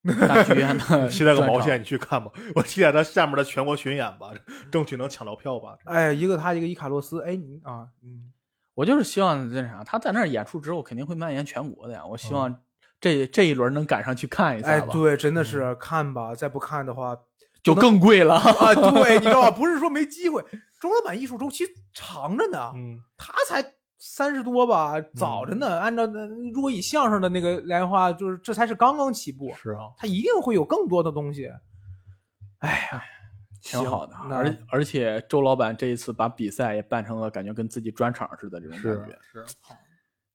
B: 大剧院的
A: 期待个
B: 专
A: 毛
B: 场
A: 线，你去看吧。我期待他下面的全国巡演吧，争取能抢到票吧。
C: 哎，一个他，一个伊卡洛斯，哎，你啊，嗯，
B: 我就是希望那啥，他在那儿演出之后肯定会蔓延全国的呀。我希望这、这一轮能赶上去看一
C: 嗯
B: 下
C: 哎，
B: 吧，
C: 对，
A: 嗯
C: 真的是看吧，再不看的话，
B: 就更贵了。
C: 啊，对，你知道吧？不是说没机会，周老板艺术周期长着呢，
A: 嗯，
C: 他才三十多吧，早着呢。按照那如果以相声的那个来的话，就是这才是刚刚起 步，
A: 是啊，
C: 他一定会有更多的东西。哎呀，
B: 挺好的，
C: 那
B: 而而且周老板这一次把比赛也办成了，感觉跟自己专场似的这种感
A: 是啊
B: 觉，
A: 是，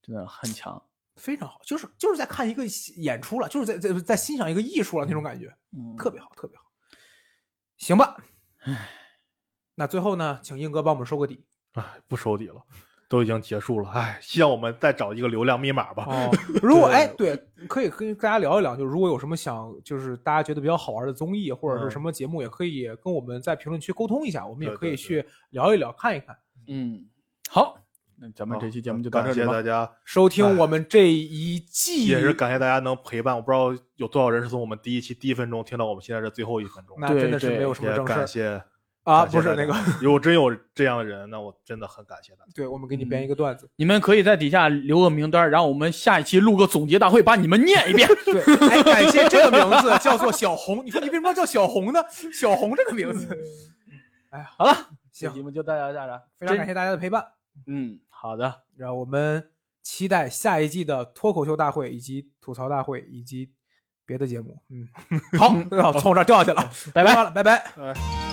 B: 真的很强。
C: 非常好，就是就是在看一个演出了，就是在在在欣赏一个艺术了那种感觉，
B: 嗯，
C: 特别好，特别好。行吧，那最后呢，请硬哥帮我们收个底。
A: 哎，不收底了。都已经结束了，哎，希望我们再找一个流量密码吧。
C: 哦，如果哎，对，可以跟大家聊一聊，就是如果有什么想，就是大家觉得比较好玩的综艺或者是
A: 嗯
C: 什么节目，也可以跟我们在评论区沟通一下，我们也
A: 对
C: 可以
A: 对
C: 去聊一聊，看一看。
B: 嗯，好，那咱们这期节目就到
A: 啊感
B: 这
A: 谢
B: 里吧
A: 大。家，
C: 收听
A: 哎
C: 我们这一季，
A: 也是感谢大家能陪伴。我不知道有多少人是从我们第一期第一分钟听到我们现在这最后一分钟。
C: 那真的
B: 对
C: 是
B: 对
C: 没有什么
A: 也
C: 正
A: 感
C: 事
A: 谢
C: 儿啊，
A: 感谢
C: 不是
A: 大
C: 那
A: 家
C: 个，
A: 如果真有这样的人，那我真的很感谢大家。
C: 对我们给你编一个段子，
B: 你们可以在底下留个名单，然后我们下一期录个总结大会，把你们念 一遍。
C: 对，哎，感谢这个名字叫做小红，你说你为什么要叫小红呢？小红这个名字，哎呀，
B: 好了，这
C: 嗯行
B: 节目就到这儿，
C: 非常感谢大家的陪伴，
B: 真。嗯，好的，
C: 让我们期待下一季的脱口秀大会以及吐槽大会 以及别的节目，嗯，好，好，从我这儿掉下去了，
B: 拜拜
C: 说完了，拜拜。
A: 哎。